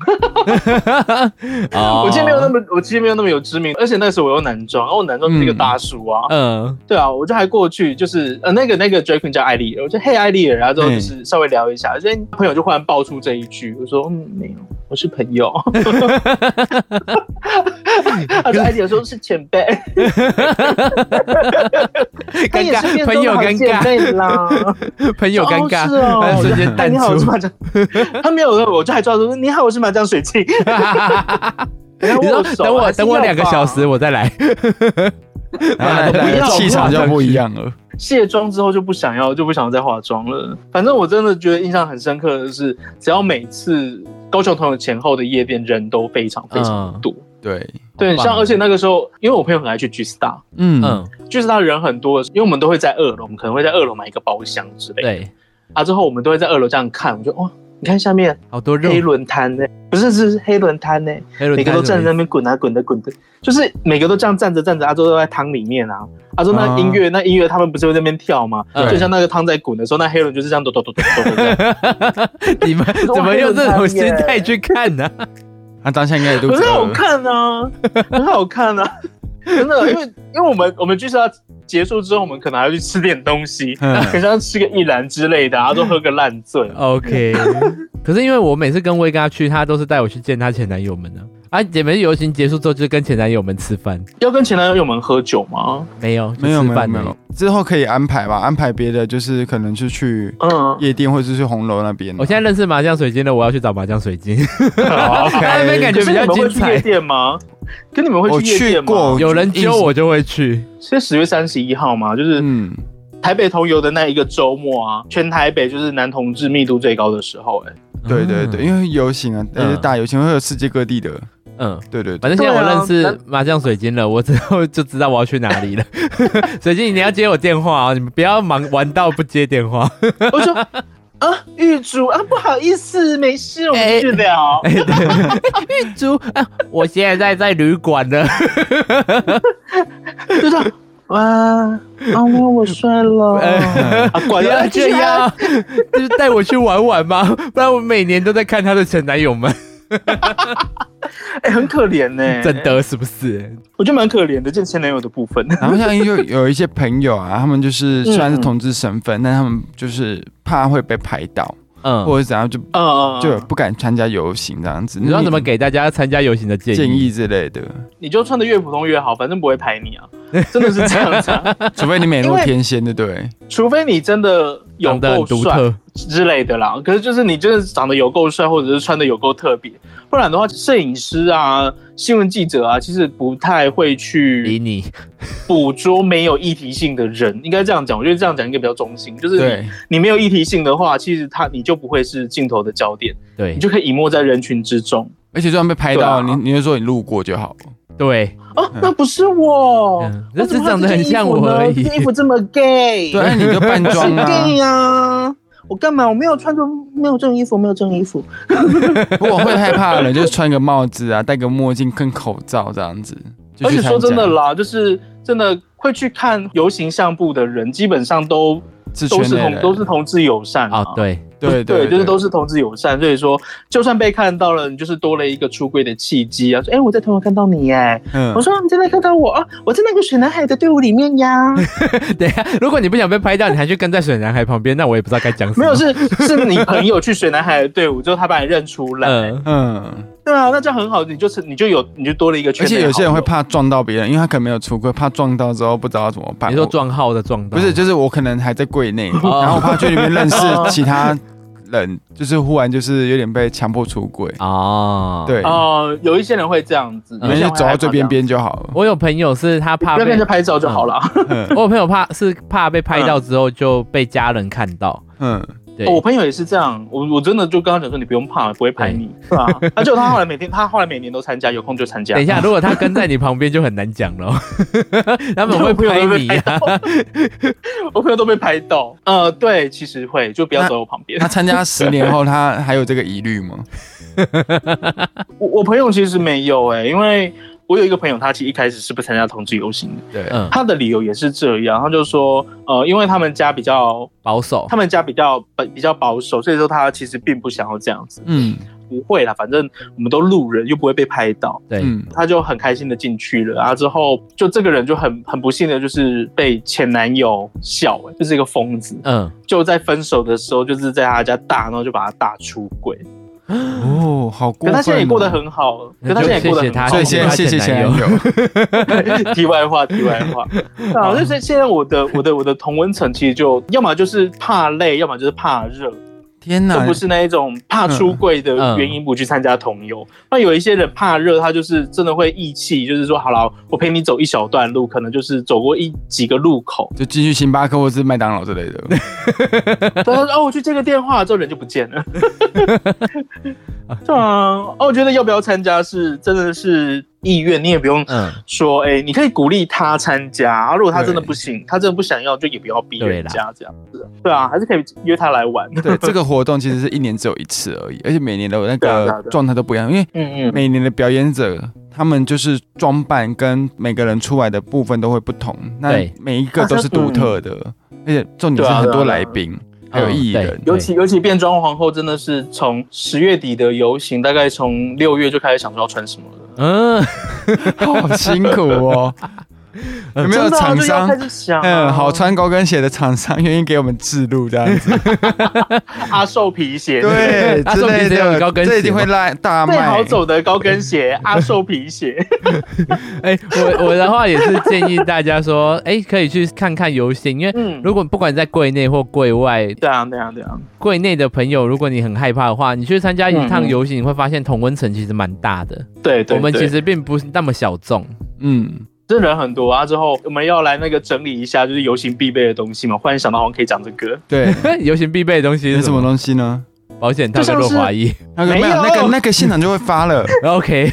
[SPEAKER 2] 哦
[SPEAKER 3] 我其实没有那么，我其实没有那么有知名，而且那时候我又男装，然后我男装是一个大叔啊，
[SPEAKER 2] 嗯
[SPEAKER 3] 对啊，我就还过去，就是呃那个那个 drag queen 叫艾丽尔，我就嘿艾丽尔，然后之
[SPEAKER 2] 嗯
[SPEAKER 3] 后就是稍微聊一下，所以朋友就忽然爆出这一句，我说嗯没有，我是朋 友，他说艾丽尔说是前辈，他也是变
[SPEAKER 2] 朋友
[SPEAKER 3] 中
[SPEAKER 2] 尴
[SPEAKER 3] 行前
[SPEAKER 2] 尬，
[SPEAKER 3] 辈啦，
[SPEAKER 2] 嗯朋友尴
[SPEAKER 3] 哦
[SPEAKER 2] 尬
[SPEAKER 3] 是，哦
[SPEAKER 2] 他，瞬间
[SPEAKER 3] 哎
[SPEAKER 2] 淡
[SPEAKER 3] 你好，我是
[SPEAKER 2] 出。
[SPEAKER 3] 麻将，他没有，我就还抓住说你好，我是麻将水晶，
[SPEAKER 2] 你说
[SPEAKER 3] 握手
[SPEAKER 2] 等我
[SPEAKER 3] 还是
[SPEAKER 2] 等我
[SPEAKER 3] 要
[SPEAKER 2] 两个
[SPEAKER 3] 吧
[SPEAKER 2] 小时，我再来。
[SPEAKER 1] 然后
[SPEAKER 3] 不
[SPEAKER 1] 大
[SPEAKER 3] 要
[SPEAKER 1] 家气场就不一样了，
[SPEAKER 3] 卸妆之后就不想要，就不想再化妆了。反正我真的觉得印象很深刻的是，只要每次高雄同友前后的夜店人都非常非常多。
[SPEAKER 1] 对，
[SPEAKER 3] 对，
[SPEAKER 2] 嗯棒
[SPEAKER 3] 像而且那个时候，因为我朋友很爱去 G Star，G
[SPEAKER 1] 嗯，
[SPEAKER 2] 嗯，
[SPEAKER 3] Star 人很多，因为我们都会在二楼，我们可能会在二楼买一个包厢之类的。
[SPEAKER 2] 对，
[SPEAKER 3] 啊，之后我们都会在二楼这样看，我就哇，你看下面
[SPEAKER 2] 好多肉
[SPEAKER 3] 黑，轮摊呢，不是是黑轮摊呢，
[SPEAKER 2] 黑轮
[SPEAKER 3] 每个
[SPEAKER 2] 胎
[SPEAKER 3] 都站
[SPEAKER 2] 什
[SPEAKER 3] 在那
[SPEAKER 2] 么
[SPEAKER 3] 边滚啊滚的滚的，就是每个都这样站着站着，阿周都在汤里面啊。阿周那
[SPEAKER 1] 啊
[SPEAKER 3] 音乐、那音乐他们不是会在那边跳吗？
[SPEAKER 2] 对
[SPEAKER 3] 就像那个汤在滚的时候，那黑人就是这样抖抖抖抖 抖抖这样。
[SPEAKER 2] 意思你们 怎么用这种心态去看呢？
[SPEAKER 1] 他当下应该也肚
[SPEAKER 3] 很
[SPEAKER 1] 子
[SPEAKER 3] 好
[SPEAKER 1] 饿了，
[SPEAKER 3] 看啊，很好看啊， 真的，因为因为我们我们就是要结束之后，我们可能还要去吃点 东西，
[SPEAKER 1] 嗯
[SPEAKER 3] 可能要吃个一兰之类的啊，阿周喝个烂醉。
[SPEAKER 2] 嗯 OK，可是因为我每次跟威哥去，她都是带我去见她前男友们呢、啊。啊，姐妹游行结束之后，就跟前男友们吃饭，
[SPEAKER 3] 要跟前男友们喝酒吗？
[SPEAKER 2] 没有，就
[SPEAKER 1] 没有
[SPEAKER 2] 吃
[SPEAKER 1] 没有
[SPEAKER 2] 饭欸
[SPEAKER 1] 没
[SPEAKER 2] 而已
[SPEAKER 1] 有，之后可以安排吧，安排别的就是可能是去
[SPEAKER 3] 嗯，
[SPEAKER 1] 夜店或者是去红楼那边，
[SPEAKER 2] 我现在认识麻将水晶了，我要去找麻将水晶。
[SPEAKER 3] 好
[SPEAKER 2] 他那边感觉
[SPEAKER 3] 可是
[SPEAKER 2] 比
[SPEAKER 3] 你
[SPEAKER 2] 较
[SPEAKER 3] 们
[SPEAKER 2] 精
[SPEAKER 3] 会去夜
[SPEAKER 2] 彩。
[SPEAKER 3] 店吗？跟你们会
[SPEAKER 1] 我
[SPEAKER 3] 去夜
[SPEAKER 1] 去
[SPEAKER 3] 店吗？
[SPEAKER 1] 过，
[SPEAKER 2] 有人揪
[SPEAKER 1] 印，
[SPEAKER 2] 我就会去，
[SPEAKER 3] 是十月三十一号嘛，就是
[SPEAKER 1] 嗯，
[SPEAKER 3] 台北同游的那一个周末啊，全台北就是男同志密度最高的时 候、哎，
[SPEAKER 1] 对对对，
[SPEAKER 2] 为
[SPEAKER 1] 因为游行啊，也是
[SPEAKER 2] 嗯
[SPEAKER 1] 大游行会有世界各地的，
[SPEAKER 2] 嗯，
[SPEAKER 1] 对对对，
[SPEAKER 2] 反正现在我认
[SPEAKER 3] 对
[SPEAKER 2] 识
[SPEAKER 3] 啊
[SPEAKER 2] 麻将水晶了，我之后就知道我要去哪 里了。水晶，你要接我电话啊！你们不要忙玩到不接电 话。
[SPEAKER 3] 我说啊，玉竹啊，不好意思，没事，我们去聊。
[SPEAKER 2] 哎，对，玉珠啊，我现在在旅馆了。
[SPEAKER 3] 就这样，哇，啊，我我 睡了，
[SPEAKER 1] 哎
[SPEAKER 3] 啊，管
[SPEAKER 2] 不
[SPEAKER 3] 他
[SPEAKER 2] 要这样，
[SPEAKER 3] 啊，
[SPEAKER 2] 就是带我去玩玩嘛，不然我每年都在看她的前男友们，
[SPEAKER 3] 哎，很可怜呢、
[SPEAKER 2] 真，的嗯是不是？
[SPEAKER 3] 我觉得蛮可怜的，见前男友的部 分。
[SPEAKER 1] 然后像就有一些朋友啊，他们就是虽然是同志身份，但他们就是怕会被拍到，
[SPEAKER 2] 嗯，
[SPEAKER 1] 或者怎样就
[SPEAKER 3] 嗯嗯，
[SPEAKER 1] 就不敢参加游行这样子。
[SPEAKER 2] 你知道怎么给大家参加游行的建议？
[SPEAKER 1] 建议之类的？
[SPEAKER 3] 你就穿的越普通越好，反正不会排你啊，真的是这样 子、啊，
[SPEAKER 1] 除非你美
[SPEAKER 3] 因
[SPEAKER 1] 若
[SPEAKER 3] 为
[SPEAKER 1] 天仙，对不对？
[SPEAKER 3] 除非你真的有
[SPEAKER 2] 长得很
[SPEAKER 3] 够
[SPEAKER 2] 独
[SPEAKER 3] 帅，
[SPEAKER 2] 特。
[SPEAKER 3] 之类的啦。可是就是你真的长得有够帅，或者是穿的有够特别，不然的话，摄影师啊、新闻记者啊，其实不太会
[SPEAKER 2] 理
[SPEAKER 3] 去
[SPEAKER 2] 你，
[SPEAKER 3] 捕捉没有议题性的人。应该这样讲，我觉得这样讲应该比较中性。就是
[SPEAKER 1] 对
[SPEAKER 3] 你，你没有议题性的话，其实他你就不会是镜头的焦点，
[SPEAKER 2] 对
[SPEAKER 3] 你就可以隐没在人群之中。
[SPEAKER 1] 而且就算被拍到，
[SPEAKER 3] 对
[SPEAKER 1] 你
[SPEAKER 3] 啊
[SPEAKER 1] 你就说你路过就好了。
[SPEAKER 2] 对，
[SPEAKER 3] 哦，那不是我，
[SPEAKER 2] 嗯那
[SPEAKER 3] 我怎么
[SPEAKER 2] 只长得很像我
[SPEAKER 3] 会有
[SPEAKER 2] 而
[SPEAKER 3] 这
[SPEAKER 2] 已
[SPEAKER 3] 件衣服呢这衣服这么 gay，
[SPEAKER 1] 对，那你就扮
[SPEAKER 3] 我 是
[SPEAKER 1] 装啊。
[SPEAKER 3] gay 啊。我干嘛？我没有穿着，没有这种衣服，没有这种衣服。
[SPEAKER 1] 不过会害怕的人就是穿个帽子啊，戴个墨镜跟口罩这样子。就
[SPEAKER 3] 而
[SPEAKER 1] 去
[SPEAKER 3] 且说
[SPEAKER 1] 参
[SPEAKER 3] 真
[SPEAKER 1] 加
[SPEAKER 3] 的啦，就是真的会去看游行相簿的人，基本上都
[SPEAKER 1] 是
[SPEAKER 3] 都
[SPEAKER 1] 圈
[SPEAKER 3] 是
[SPEAKER 1] 内
[SPEAKER 3] 同
[SPEAKER 1] 人
[SPEAKER 3] 都是同志友善啊。
[SPEAKER 2] 哦，对，
[SPEAKER 1] 对
[SPEAKER 3] 对，就是都
[SPEAKER 1] 是
[SPEAKER 3] 是同志友善，所以说就算被看到了，你就是多了一个出柜的契机啊。说，哎、我在同学看到你耶，
[SPEAKER 1] 嗯
[SPEAKER 3] 我，说你真的看到我啊，我在那个水男孩的队伍里面 呀。
[SPEAKER 2] 等一下，如果你不想被拍到，你还去跟在水男孩旁边，那我也不知道该讲什么。
[SPEAKER 3] 没有，是是你朋友去水男孩的队伍，就是他把你认出来，
[SPEAKER 2] 嗯，
[SPEAKER 1] 嗯，
[SPEAKER 3] 对啊，那这样很好，你就是你就有你就多了一个
[SPEAKER 1] 而
[SPEAKER 3] 圈内好
[SPEAKER 1] 且
[SPEAKER 3] 友。
[SPEAKER 1] 有些人会怕撞到别人，因为他可能没有出柜，怕撞到之后不知道怎么办。
[SPEAKER 2] 你说
[SPEAKER 1] 我
[SPEAKER 2] 撞号的撞
[SPEAKER 1] 不
[SPEAKER 2] 到，
[SPEAKER 1] 是，就是我可能还在柜内，
[SPEAKER 3] 哦
[SPEAKER 1] 然后我怕去里面认识其他人，就是忽然就是有点被强迫出柜。
[SPEAKER 2] 哦，
[SPEAKER 1] 对，
[SPEAKER 3] 哦、有一些人会这样子，
[SPEAKER 1] 嗯你
[SPEAKER 3] 有
[SPEAKER 1] 们就
[SPEAKER 3] 些人会
[SPEAKER 1] 走
[SPEAKER 3] 害
[SPEAKER 1] 到
[SPEAKER 3] 怕
[SPEAKER 1] 最
[SPEAKER 3] 这
[SPEAKER 1] 边嗯
[SPEAKER 3] 样。
[SPEAKER 1] 边就好了。
[SPEAKER 2] 我有朋友是他怕
[SPEAKER 3] 不
[SPEAKER 2] 被
[SPEAKER 3] 要变成，拍照就好了。
[SPEAKER 2] 我有朋友怕是怕被拍到之后就被家人看到，
[SPEAKER 1] 嗯，
[SPEAKER 2] 对，
[SPEAKER 3] 哦我朋友也是这样，我我真的就跟他讲说，你不用怕，不会
[SPEAKER 2] 哎
[SPEAKER 3] 拍你，对吧、啊？而且他后来每天，他后来每年都参加，有空就参加。
[SPEAKER 2] 等一下，如果他跟在你旁边就很难讲了， 他们会 拍你啊。
[SPEAKER 3] 我朋友都被拍到。呃，对，其实会，就不要
[SPEAKER 1] 那
[SPEAKER 3] 走我旁边
[SPEAKER 1] 他。参加十年后，他还有这个疑虑吗？
[SPEAKER 3] 我我朋友其实没有哎、因为我有一个朋友，他其实一开始是不参加同志游行的，
[SPEAKER 1] 对，
[SPEAKER 2] 嗯，
[SPEAKER 3] 他的理由也是这样，他就说，呃，因为他们家比较，
[SPEAKER 2] 保守
[SPEAKER 3] 他，们家比较本比较保守，所以说他其实并不想要这样子。
[SPEAKER 1] 嗯
[SPEAKER 3] 不会啦，反正我们都路人，又不会被拍到。
[SPEAKER 2] 对，
[SPEAKER 1] 嗯，
[SPEAKER 3] 他就很开心的进去了，然后之后就这个人就很很不幸的，就是被前男友笑、欸，就是一个疯子，
[SPEAKER 2] 嗯，
[SPEAKER 3] 就在分手的时候，就是在他家大，然后就把他大出轨。
[SPEAKER 1] 哦，好过
[SPEAKER 3] 可
[SPEAKER 1] 分哦。
[SPEAKER 3] 他现在也过得很好，可他现在也过得很好。
[SPEAKER 1] 所以现在谢谢前男友。
[SPEAKER 3] 题外话，题外话，啊，就是现在我的我的我的同温层其实就要么就是怕累，要么就是怕热，
[SPEAKER 1] 天
[SPEAKER 3] 都
[SPEAKER 1] 哪
[SPEAKER 3] 不，是那一种怕出柜的原因不去参加同游。那有一些人怕热，他就是真的会义气，就是说好了，我陪你走一小段路，可能就是走过一几个路口，
[SPEAKER 1] 就进去星巴克或是麦当劳之类的。
[SPEAKER 3] 然后他说哦，我去接个电话，之后人就不见了。 对啊，哦，我觉得要不要参加是真的是意愿，你也不用
[SPEAKER 2] 嗯，
[SPEAKER 3] 说，哎、你可以鼓励他参加。啊、如果他真的
[SPEAKER 1] 对
[SPEAKER 3] 不行，他真的不想要，就也不要逼
[SPEAKER 2] 对
[SPEAKER 3] 人
[SPEAKER 2] 啦
[SPEAKER 3] 家这样子。对啊，还是可以约他来玩。
[SPEAKER 1] 对，这个活动其实是一年只有一次而已，而且每年的那
[SPEAKER 3] 对啊对
[SPEAKER 1] 个
[SPEAKER 3] 啊对啊
[SPEAKER 1] 状态都不一样，因为
[SPEAKER 3] 嗯嗯，
[SPEAKER 1] 每年的表演者，他们就是装扮跟每个人出来的部分都会不同，那
[SPEAKER 2] 对
[SPEAKER 1] 每一个都是独特的，
[SPEAKER 3] 啊
[SPEAKER 1] 而且重点
[SPEAKER 3] 对
[SPEAKER 1] 是
[SPEAKER 3] 啊
[SPEAKER 1] 很多
[SPEAKER 3] 对啊
[SPEAKER 1] 来宾，还有艺人，
[SPEAKER 2] 对
[SPEAKER 3] 尤其尤其变装皇后真的是从十月底的游行，大概从六月就开始想说要穿什么了。
[SPEAKER 2] 嗯，
[SPEAKER 1] 好辛苦哦。 有没有
[SPEAKER 3] 真的啊
[SPEAKER 1] 厂
[SPEAKER 3] 就要
[SPEAKER 1] 商
[SPEAKER 3] 开？始想、啊，
[SPEAKER 1] 嗯，好穿高跟鞋的厂商愿意给我们制度这样子，
[SPEAKER 3] 阿寿皮鞋，
[SPEAKER 1] 对
[SPEAKER 2] 他
[SPEAKER 1] 之
[SPEAKER 2] 送
[SPEAKER 1] 类
[SPEAKER 2] 皮鞋有高
[SPEAKER 1] 的，
[SPEAKER 2] 跟鞋吗
[SPEAKER 1] 这一定会拉大
[SPEAKER 3] 最
[SPEAKER 1] 卖。
[SPEAKER 3] 好走的高跟鞋，阿寿皮鞋。
[SPEAKER 2] 哎，我我的话也是建议大家说，哎，可以去看看游行，因为
[SPEAKER 3] 嗯，
[SPEAKER 2] 如果不管在柜内或柜外，
[SPEAKER 3] 对啊，对啊，对啊，
[SPEAKER 2] 柜内的朋友，如果你很害怕的话，你去参加一趟
[SPEAKER 3] 嗯嗯
[SPEAKER 2] 游行，你会发现同温层其实蛮大的，
[SPEAKER 3] 对对
[SPEAKER 2] 我们
[SPEAKER 3] 对
[SPEAKER 2] 其实并不是那么小众，
[SPEAKER 1] 嗯，
[SPEAKER 3] 这人很多啊。之后我们要来那个整理一下，就是游行必备的东西嘛。忽然想到好像可以讲这个，
[SPEAKER 1] 对，
[SPEAKER 2] 游行必备的东西
[SPEAKER 1] 有
[SPEAKER 2] 是
[SPEAKER 1] 什
[SPEAKER 2] 什
[SPEAKER 1] 么
[SPEAKER 2] 么？
[SPEAKER 1] 东西呢？
[SPEAKER 2] 保险套跟
[SPEAKER 3] 就像
[SPEAKER 2] 润
[SPEAKER 3] 是
[SPEAKER 2] 滑液。
[SPEAKER 1] 那个
[SPEAKER 3] 没
[SPEAKER 1] 没有，
[SPEAKER 3] 有
[SPEAKER 1] 那个那个现场就会发了。
[SPEAKER 2] OK，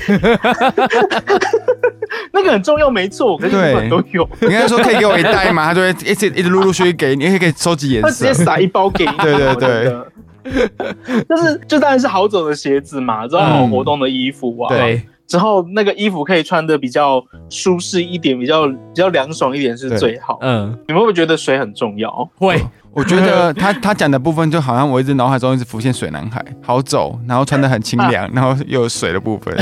[SPEAKER 3] 那个很重要，没错。可是
[SPEAKER 1] 对
[SPEAKER 3] 日本都有，
[SPEAKER 1] 你跟他说可以给我一袋吗？他就会一直一直陆陆续续给你，而且可以收集颜
[SPEAKER 3] 他直
[SPEAKER 1] 色
[SPEAKER 3] 接。撒一包给你。
[SPEAKER 1] 对对对
[SPEAKER 3] 真的。但是就当然是好走的鞋子嘛，之后还有
[SPEAKER 1] 嗯
[SPEAKER 3] 活动的衣服啊，
[SPEAKER 2] 对，
[SPEAKER 3] 之后那个衣服可以穿的比较舒适一点，比较比较凉爽一点是最好。
[SPEAKER 2] 嗯，
[SPEAKER 3] 你们会不会觉得水很重要？
[SPEAKER 2] 会，
[SPEAKER 1] 我觉得 他他讲的部分就好像我一直脑海中一直浮现水男孩，好走，然后穿的很清凉，然后又有水的部分。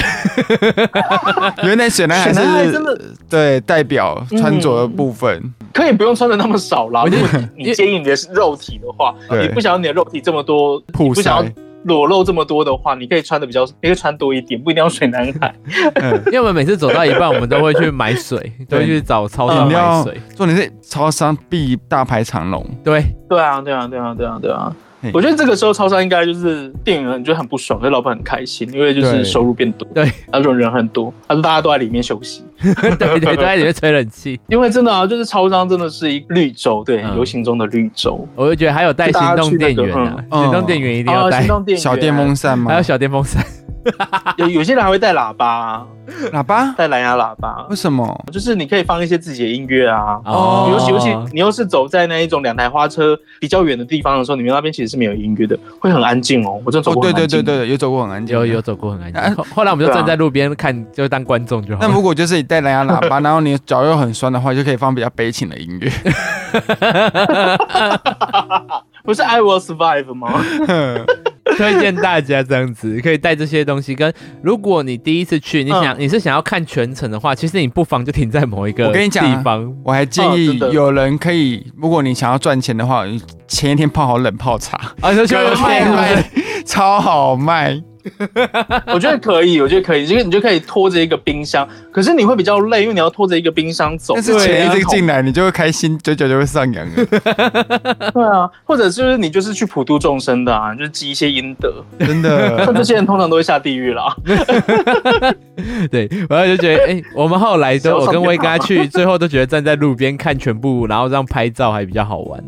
[SPEAKER 1] 原来水男孩
[SPEAKER 3] 水男孩真
[SPEAKER 1] 是
[SPEAKER 3] 的
[SPEAKER 1] 对代表穿着的部分，
[SPEAKER 3] 可以不用穿的那么少啦。
[SPEAKER 2] 我觉
[SPEAKER 3] 如
[SPEAKER 2] 得
[SPEAKER 3] 果 你你介意你的肉体的话，
[SPEAKER 1] 对
[SPEAKER 3] 你不想要你的肉体这么多，
[SPEAKER 1] 曝
[SPEAKER 3] 你不想
[SPEAKER 1] 晒
[SPEAKER 3] 要。裸露这么多的话，你可以穿的比较，你可以穿多一点，不一定要水男孩。
[SPEAKER 1] 嗯，
[SPEAKER 2] 因为我们每次走到一半，我们都会去买水，都会去找超市
[SPEAKER 1] 饮
[SPEAKER 2] 买
[SPEAKER 1] 料
[SPEAKER 2] 水。。
[SPEAKER 1] 重点是超商必大排长龙，
[SPEAKER 2] 对，
[SPEAKER 3] 对啊，对啊，对啊，对啊，对啊
[SPEAKER 1] 嘿。
[SPEAKER 3] 我觉得这个时候超商应该就是店员觉得很不爽，可是老板很开心，因为就
[SPEAKER 1] 对
[SPEAKER 3] 是收入变多，
[SPEAKER 2] 对，
[SPEAKER 3] 那种人很多，他说大家都在里面休息。
[SPEAKER 2] 对对对，都在里面吹冷气。
[SPEAKER 3] 因为真的啊，就是超商真的是一绿洲，对，
[SPEAKER 2] 嗯
[SPEAKER 3] 游行中的绿洲。
[SPEAKER 2] 我就觉得还有带行动电源
[SPEAKER 3] 就大家去
[SPEAKER 2] 啊，
[SPEAKER 1] 那个嗯
[SPEAKER 2] 行动电源一定要
[SPEAKER 3] 哦
[SPEAKER 2] 带
[SPEAKER 3] 行，动电源
[SPEAKER 1] 小电风扇吗
[SPEAKER 2] 还有？小电风扇。
[SPEAKER 3] 有有些人还会带喇叭，
[SPEAKER 1] 喇叭？
[SPEAKER 3] 带蓝牙喇叭，
[SPEAKER 1] 为什么？
[SPEAKER 3] 就是你可以放一些自己的音乐啊。
[SPEAKER 1] 哦
[SPEAKER 3] 尤其尤其你又是走在那一种两台花车比较远的地方的时候，你们那边其实是没有音乐的，会很安静哦。我真的走
[SPEAKER 1] 哦，
[SPEAKER 3] 过
[SPEAKER 1] 对
[SPEAKER 3] 很
[SPEAKER 1] 对
[SPEAKER 3] 安静
[SPEAKER 1] 对，对，有走过很安静。
[SPEAKER 2] 有有。走过很安
[SPEAKER 1] 啊
[SPEAKER 2] 静，后后来我们就
[SPEAKER 3] 对啊
[SPEAKER 2] 站在路边看，就当观众就好
[SPEAKER 1] 那
[SPEAKER 2] 了。
[SPEAKER 1] 如果就是你带蓝牙喇叭，然后你脚又很酸的话，就可以放比较悲情的音乐。
[SPEAKER 3] 不是 I will survive 吗？
[SPEAKER 2] 推荐大家这样子，可以带这些东西。跟如果你第一次去，你想、你是想要看全程的话，其实你不妨就停在某一个
[SPEAKER 1] 我跟你讲啊
[SPEAKER 2] 地方。
[SPEAKER 1] 我还建
[SPEAKER 3] 哦
[SPEAKER 1] 议
[SPEAKER 3] 真的
[SPEAKER 1] 有人可以，如果你想要赚钱的话，你前一天泡好冷泡茶，
[SPEAKER 2] 啊， 就去那边拍是不 是？
[SPEAKER 1] 超好卖。
[SPEAKER 3] 我觉得可以，我觉得可以，因为你就可以拖着一个冰箱，可是你会比较累，因为你要拖着一个冰箱走。
[SPEAKER 1] 但是
[SPEAKER 2] 对
[SPEAKER 1] 钱一
[SPEAKER 2] 啊
[SPEAKER 1] 直进来，你就会开心，嘴角就会上扬 了，
[SPEAKER 3] 对啊，或者是你就是去普度众生的啊，就是积一些阴德。
[SPEAKER 1] 真
[SPEAKER 3] 像
[SPEAKER 1] 的。
[SPEAKER 3] 这些人通常都会下地狱啊啦。
[SPEAKER 2] 对，然后就觉得，哎、我们后来都
[SPEAKER 3] 小
[SPEAKER 2] 我
[SPEAKER 3] 手
[SPEAKER 2] 跟
[SPEAKER 3] 电
[SPEAKER 2] 威哥
[SPEAKER 3] 话
[SPEAKER 2] 去，最后都觉得站在路边看全部，然后这样拍照还比较好玩。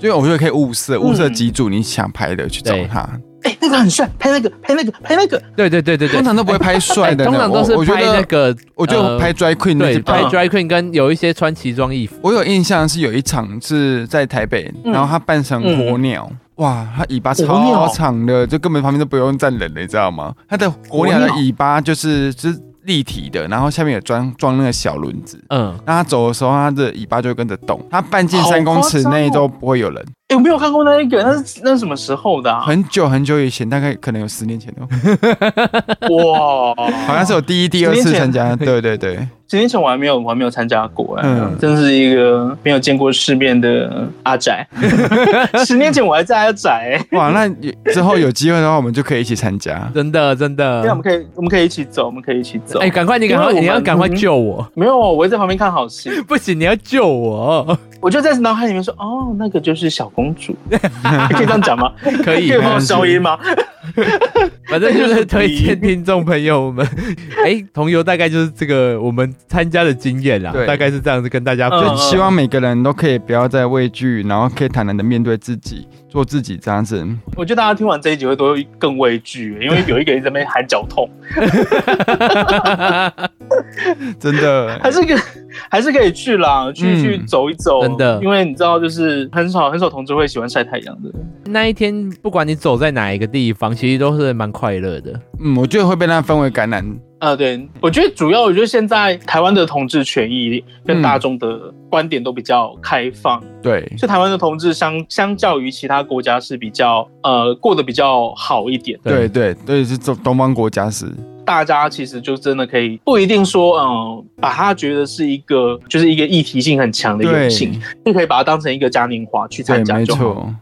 [SPEAKER 1] 因为我觉得可以物色，物色
[SPEAKER 3] 嗯
[SPEAKER 1] 几组你想拍的去找
[SPEAKER 2] 对
[SPEAKER 1] 他。
[SPEAKER 3] 哎、那个很帅，拍那个，拍那个，拍那个。
[SPEAKER 2] 对对对对对
[SPEAKER 1] 通，常都不会拍帅的呢，
[SPEAKER 2] 哎通常都是
[SPEAKER 1] 我我觉
[SPEAKER 2] 拍那
[SPEAKER 1] 得，
[SPEAKER 2] 个，
[SPEAKER 1] 我就
[SPEAKER 2] 呃
[SPEAKER 1] 拍 dry queen 那
[SPEAKER 2] 对
[SPEAKER 1] 一
[SPEAKER 2] 拍
[SPEAKER 1] 版。
[SPEAKER 3] 嗯
[SPEAKER 2] dry queen 跟有一些穿奇装异服。
[SPEAKER 1] 我有印象是有一场是在台北，
[SPEAKER 3] 嗯
[SPEAKER 1] 然后他扮成火鸟，
[SPEAKER 2] 嗯
[SPEAKER 1] 哇，他尾巴
[SPEAKER 3] 火
[SPEAKER 1] 超
[SPEAKER 3] 鸟
[SPEAKER 1] 长的，就根本旁边都不用站人了，你知道吗？他的火鸟的
[SPEAKER 3] 火鸟
[SPEAKER 1] 尾巴就是就是立体的，然后下面有装装那个小轮子。
[SPEAKER 2] 嗯，
[SPEAKER 1] 那他走的时候，他的尾巴就会跟着动。他半径
[SPEAKER 3] 好
[SPEAKER 1] 三公尺
[SPEAKER 3] 夸张哦
[SPEAKER 1] 内都不会有人。
[SPEAKER 3] 哎、我没有看过那一个，那是那是什么时候的、啊？
[SPEAKER 1] 很久很久以前，大概可能有十年前 哦，
[SPEAKER 3] 哇，
[SPEAKER 1] 好像是我第一、第二
[SPEAKER 3] 10
[SPEAKER 1] 次
[SPEAKER 3] 年
[SPEAKER 1] 参
[SPEAKER 3] 前
[SPEAKER 1] 加。对对对，
[SPEAKER 3] 几年前我还没有，我还没有参加过、哎、
[SPEAKER 1] 嗯
[SPEAKER 3] 真是一个没有见过世面的阿 宅。十年前我还在阿宅、哎
[SPEAKER 1] 哇，那也之后有机会的话，我们就可以一起参加。
[SPEAKER 2] 真的真
[SPEAKER 3] 哎那我
[SPEAKER 2] 的
[SPEAKER 3] 们。可以，我们可以一起走，我们可以一起走。
[SPEAKER 2] 哎、赶快你赶快
[SPEAKER 3] 因为我
[SPEAKER 2] 你要
[SPEAKER 3] 们
[SPEAKER 2] 赶快
[SPEAKER 3] 嗯
[SPEAKER 2] 救我！
[SPEAKER 3] 没有，我会在旁边看好戏。
[SPEAKER 2] 不行，你要救我！
[SPEAKER 3] 我就在脑海里面说，哦，那个就是小公 主，可以这样讲吗？
[SPEAKER 2] 可以
[SPEAKER 3] 可以帮嗯我消音吗？
[SPEAKER 2] 反正就是推荐听众朋友们，哎、同游大概就是这个我们参加的经验啦
[SPEAKER 1] 对，哦
[SPEAKER 2] 大概是这样子跟大家分
[SPEAKER 1] 就
[SPEAKER 2] 享。
[SPEAKER 3] 嗯
[SPEAKER 1] 希望每个人都可以不要再畏惧，然后可以坦然的面对自己，做自己这样子。
[SPEAKER 3] 我觉得大家听完这一集会都会更畏惧，因为有一个人在那边喊脚痛，
[SPEAKER 1] 真的，
[SPEAKER 3] 还是可以还是可以去啦，去、
[SPEAKER 1] 嗯
[SPEAKER 3] 去走一走，
[SPEAKER 2] 真的
[SPEAKER 3] 因为你知道，就是很少很少同志会喜欢晒太阳的，
[SPEAKER 2] 那一天，不管你走在哪一个地方，其实都是蛮快乐的。
[SPEAKER 1] 嗯，我觉得会被那氛围感染。
[SPEAKER 3] 啊，对，我觉得主要我觉得现在台湾的同志权益
[SPEAKER 1] 嗯
[SPEAKER 3] 跟大众的观点都比较开放，
[SPEAKER 1] 对，
[SPEAKER 3] 所以台湾的同志相相较于其他国家是比较呃过得比较好一点，
[SPEAKER 1] 对对对，是东东方国家是，
[SPEAKER 3] 大家其实就真的可以不一定说嗯、把它觉得是一个就是一个议题性很强的
[SPEAKER 1] 对
[SPEAKER 3] 游行，就可以把它当成一个嘉年华去
[SPEAKER 1] 对
[SPEAKER 3] 参，加
[SPEAKER 1] 没
[SPEAKER 3] 就好。
[SPEAKER 1] 错，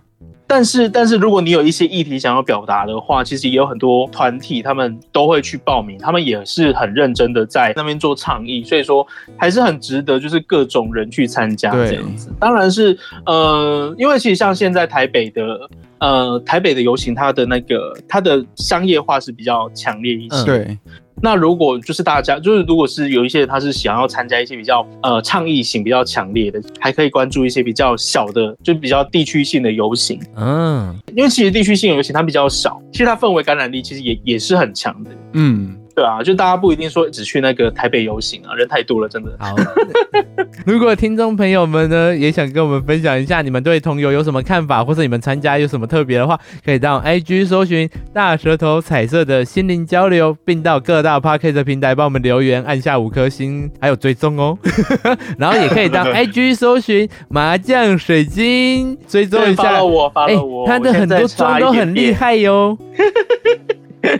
[SPEAKER 3] 但是但是如果你有一些议题想要表达的话，其实也有很多团体他们都会去报名，他们也是很认真的在那边做倡议，所以说还是很值得就是各种人去参加
[SPEAKER 1] 对
[SPEAKER 3] 这样子。当然是呃，因为其实像现在台北的。呃，台北的游行，它的那个它的商业化是比较强烈一些。
[SPEAKER 2] 嗯
[SPEAKER 1] 对，
[SPEAKER 3] 那如果就是大家就是如果是有一些人他是想要参加一些比较呃倡议型比较强烈的，还可以关注一些比较小的，就比较地区性的游行，
[SPEAKER 2] 嗯，
[SPEAKER 3] 因为其实地区性游行它比较少，其实它氛围感染力其实也也是很强的。
[SPEAKER 1] 嗯，
[SPEAKER 3] 对啊，就大家不一定说只去那个台北游行啊，人太多了，真的。
[SPEAKER 2] 好。 如果听众朋友们呢，也想跟我们分享一下你们对同游有什么看法，或是你们参加有什么特别的话，可以到 IG 搜寻“大舌头彩色的心灵交流”，并到各大 p a r k e t 平台帮我们留言，按下五颗星，还有追踪哦。 然后也可以 到 IG 搜寻“麻将水晶”，追踪一
[SPEAKER 3] 发
[SPEAKER 2] 下
[SPEAKER 3] 了。我，发
[SPEAKER 2] 哎、
[SPEAKER 3] 了我，
[SPEAKER 2] 他的很多妆都很厉
[SPEAKER 3] 害。
[SPEAKER 2] 害 哟。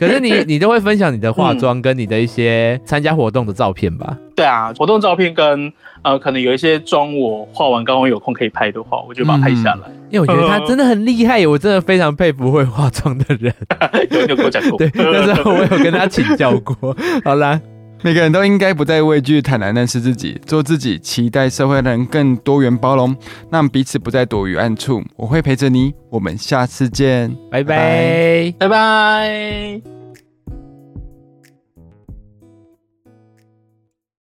[SPEAKER 2] 可是你你都会分享你的化
[SPEAKER 3] 嗯
[SPEAKER 2] 妆跟你的一些参加活动的照片吧？
[SPEAKER 3] 对啊，活动照片跟呃，可能有一些妆我画完，刚好有空可以拍的话，我就把它拍下来。
[SPEAKER 2] 因为我觉得他真的很厉害，我真的非常佩服会化妆的人。
[SPEAKER 3] 有你有跟我讲过，
[SPEAKER 2] 对，那时候我有跟他请教过。好啦，
[SPEAKER 1] 每个人都应该不再畏惧，坦然认识自己，做自己，期待社会人更多元包容，让彼此不再躲于暗处。我会陪着你，我们下次见。
[SPEAKER 2] 拜
[SPEAKER 1] 拜拜
[SPEAKER 2] 拜
[SPEAKER 3] 拜拜。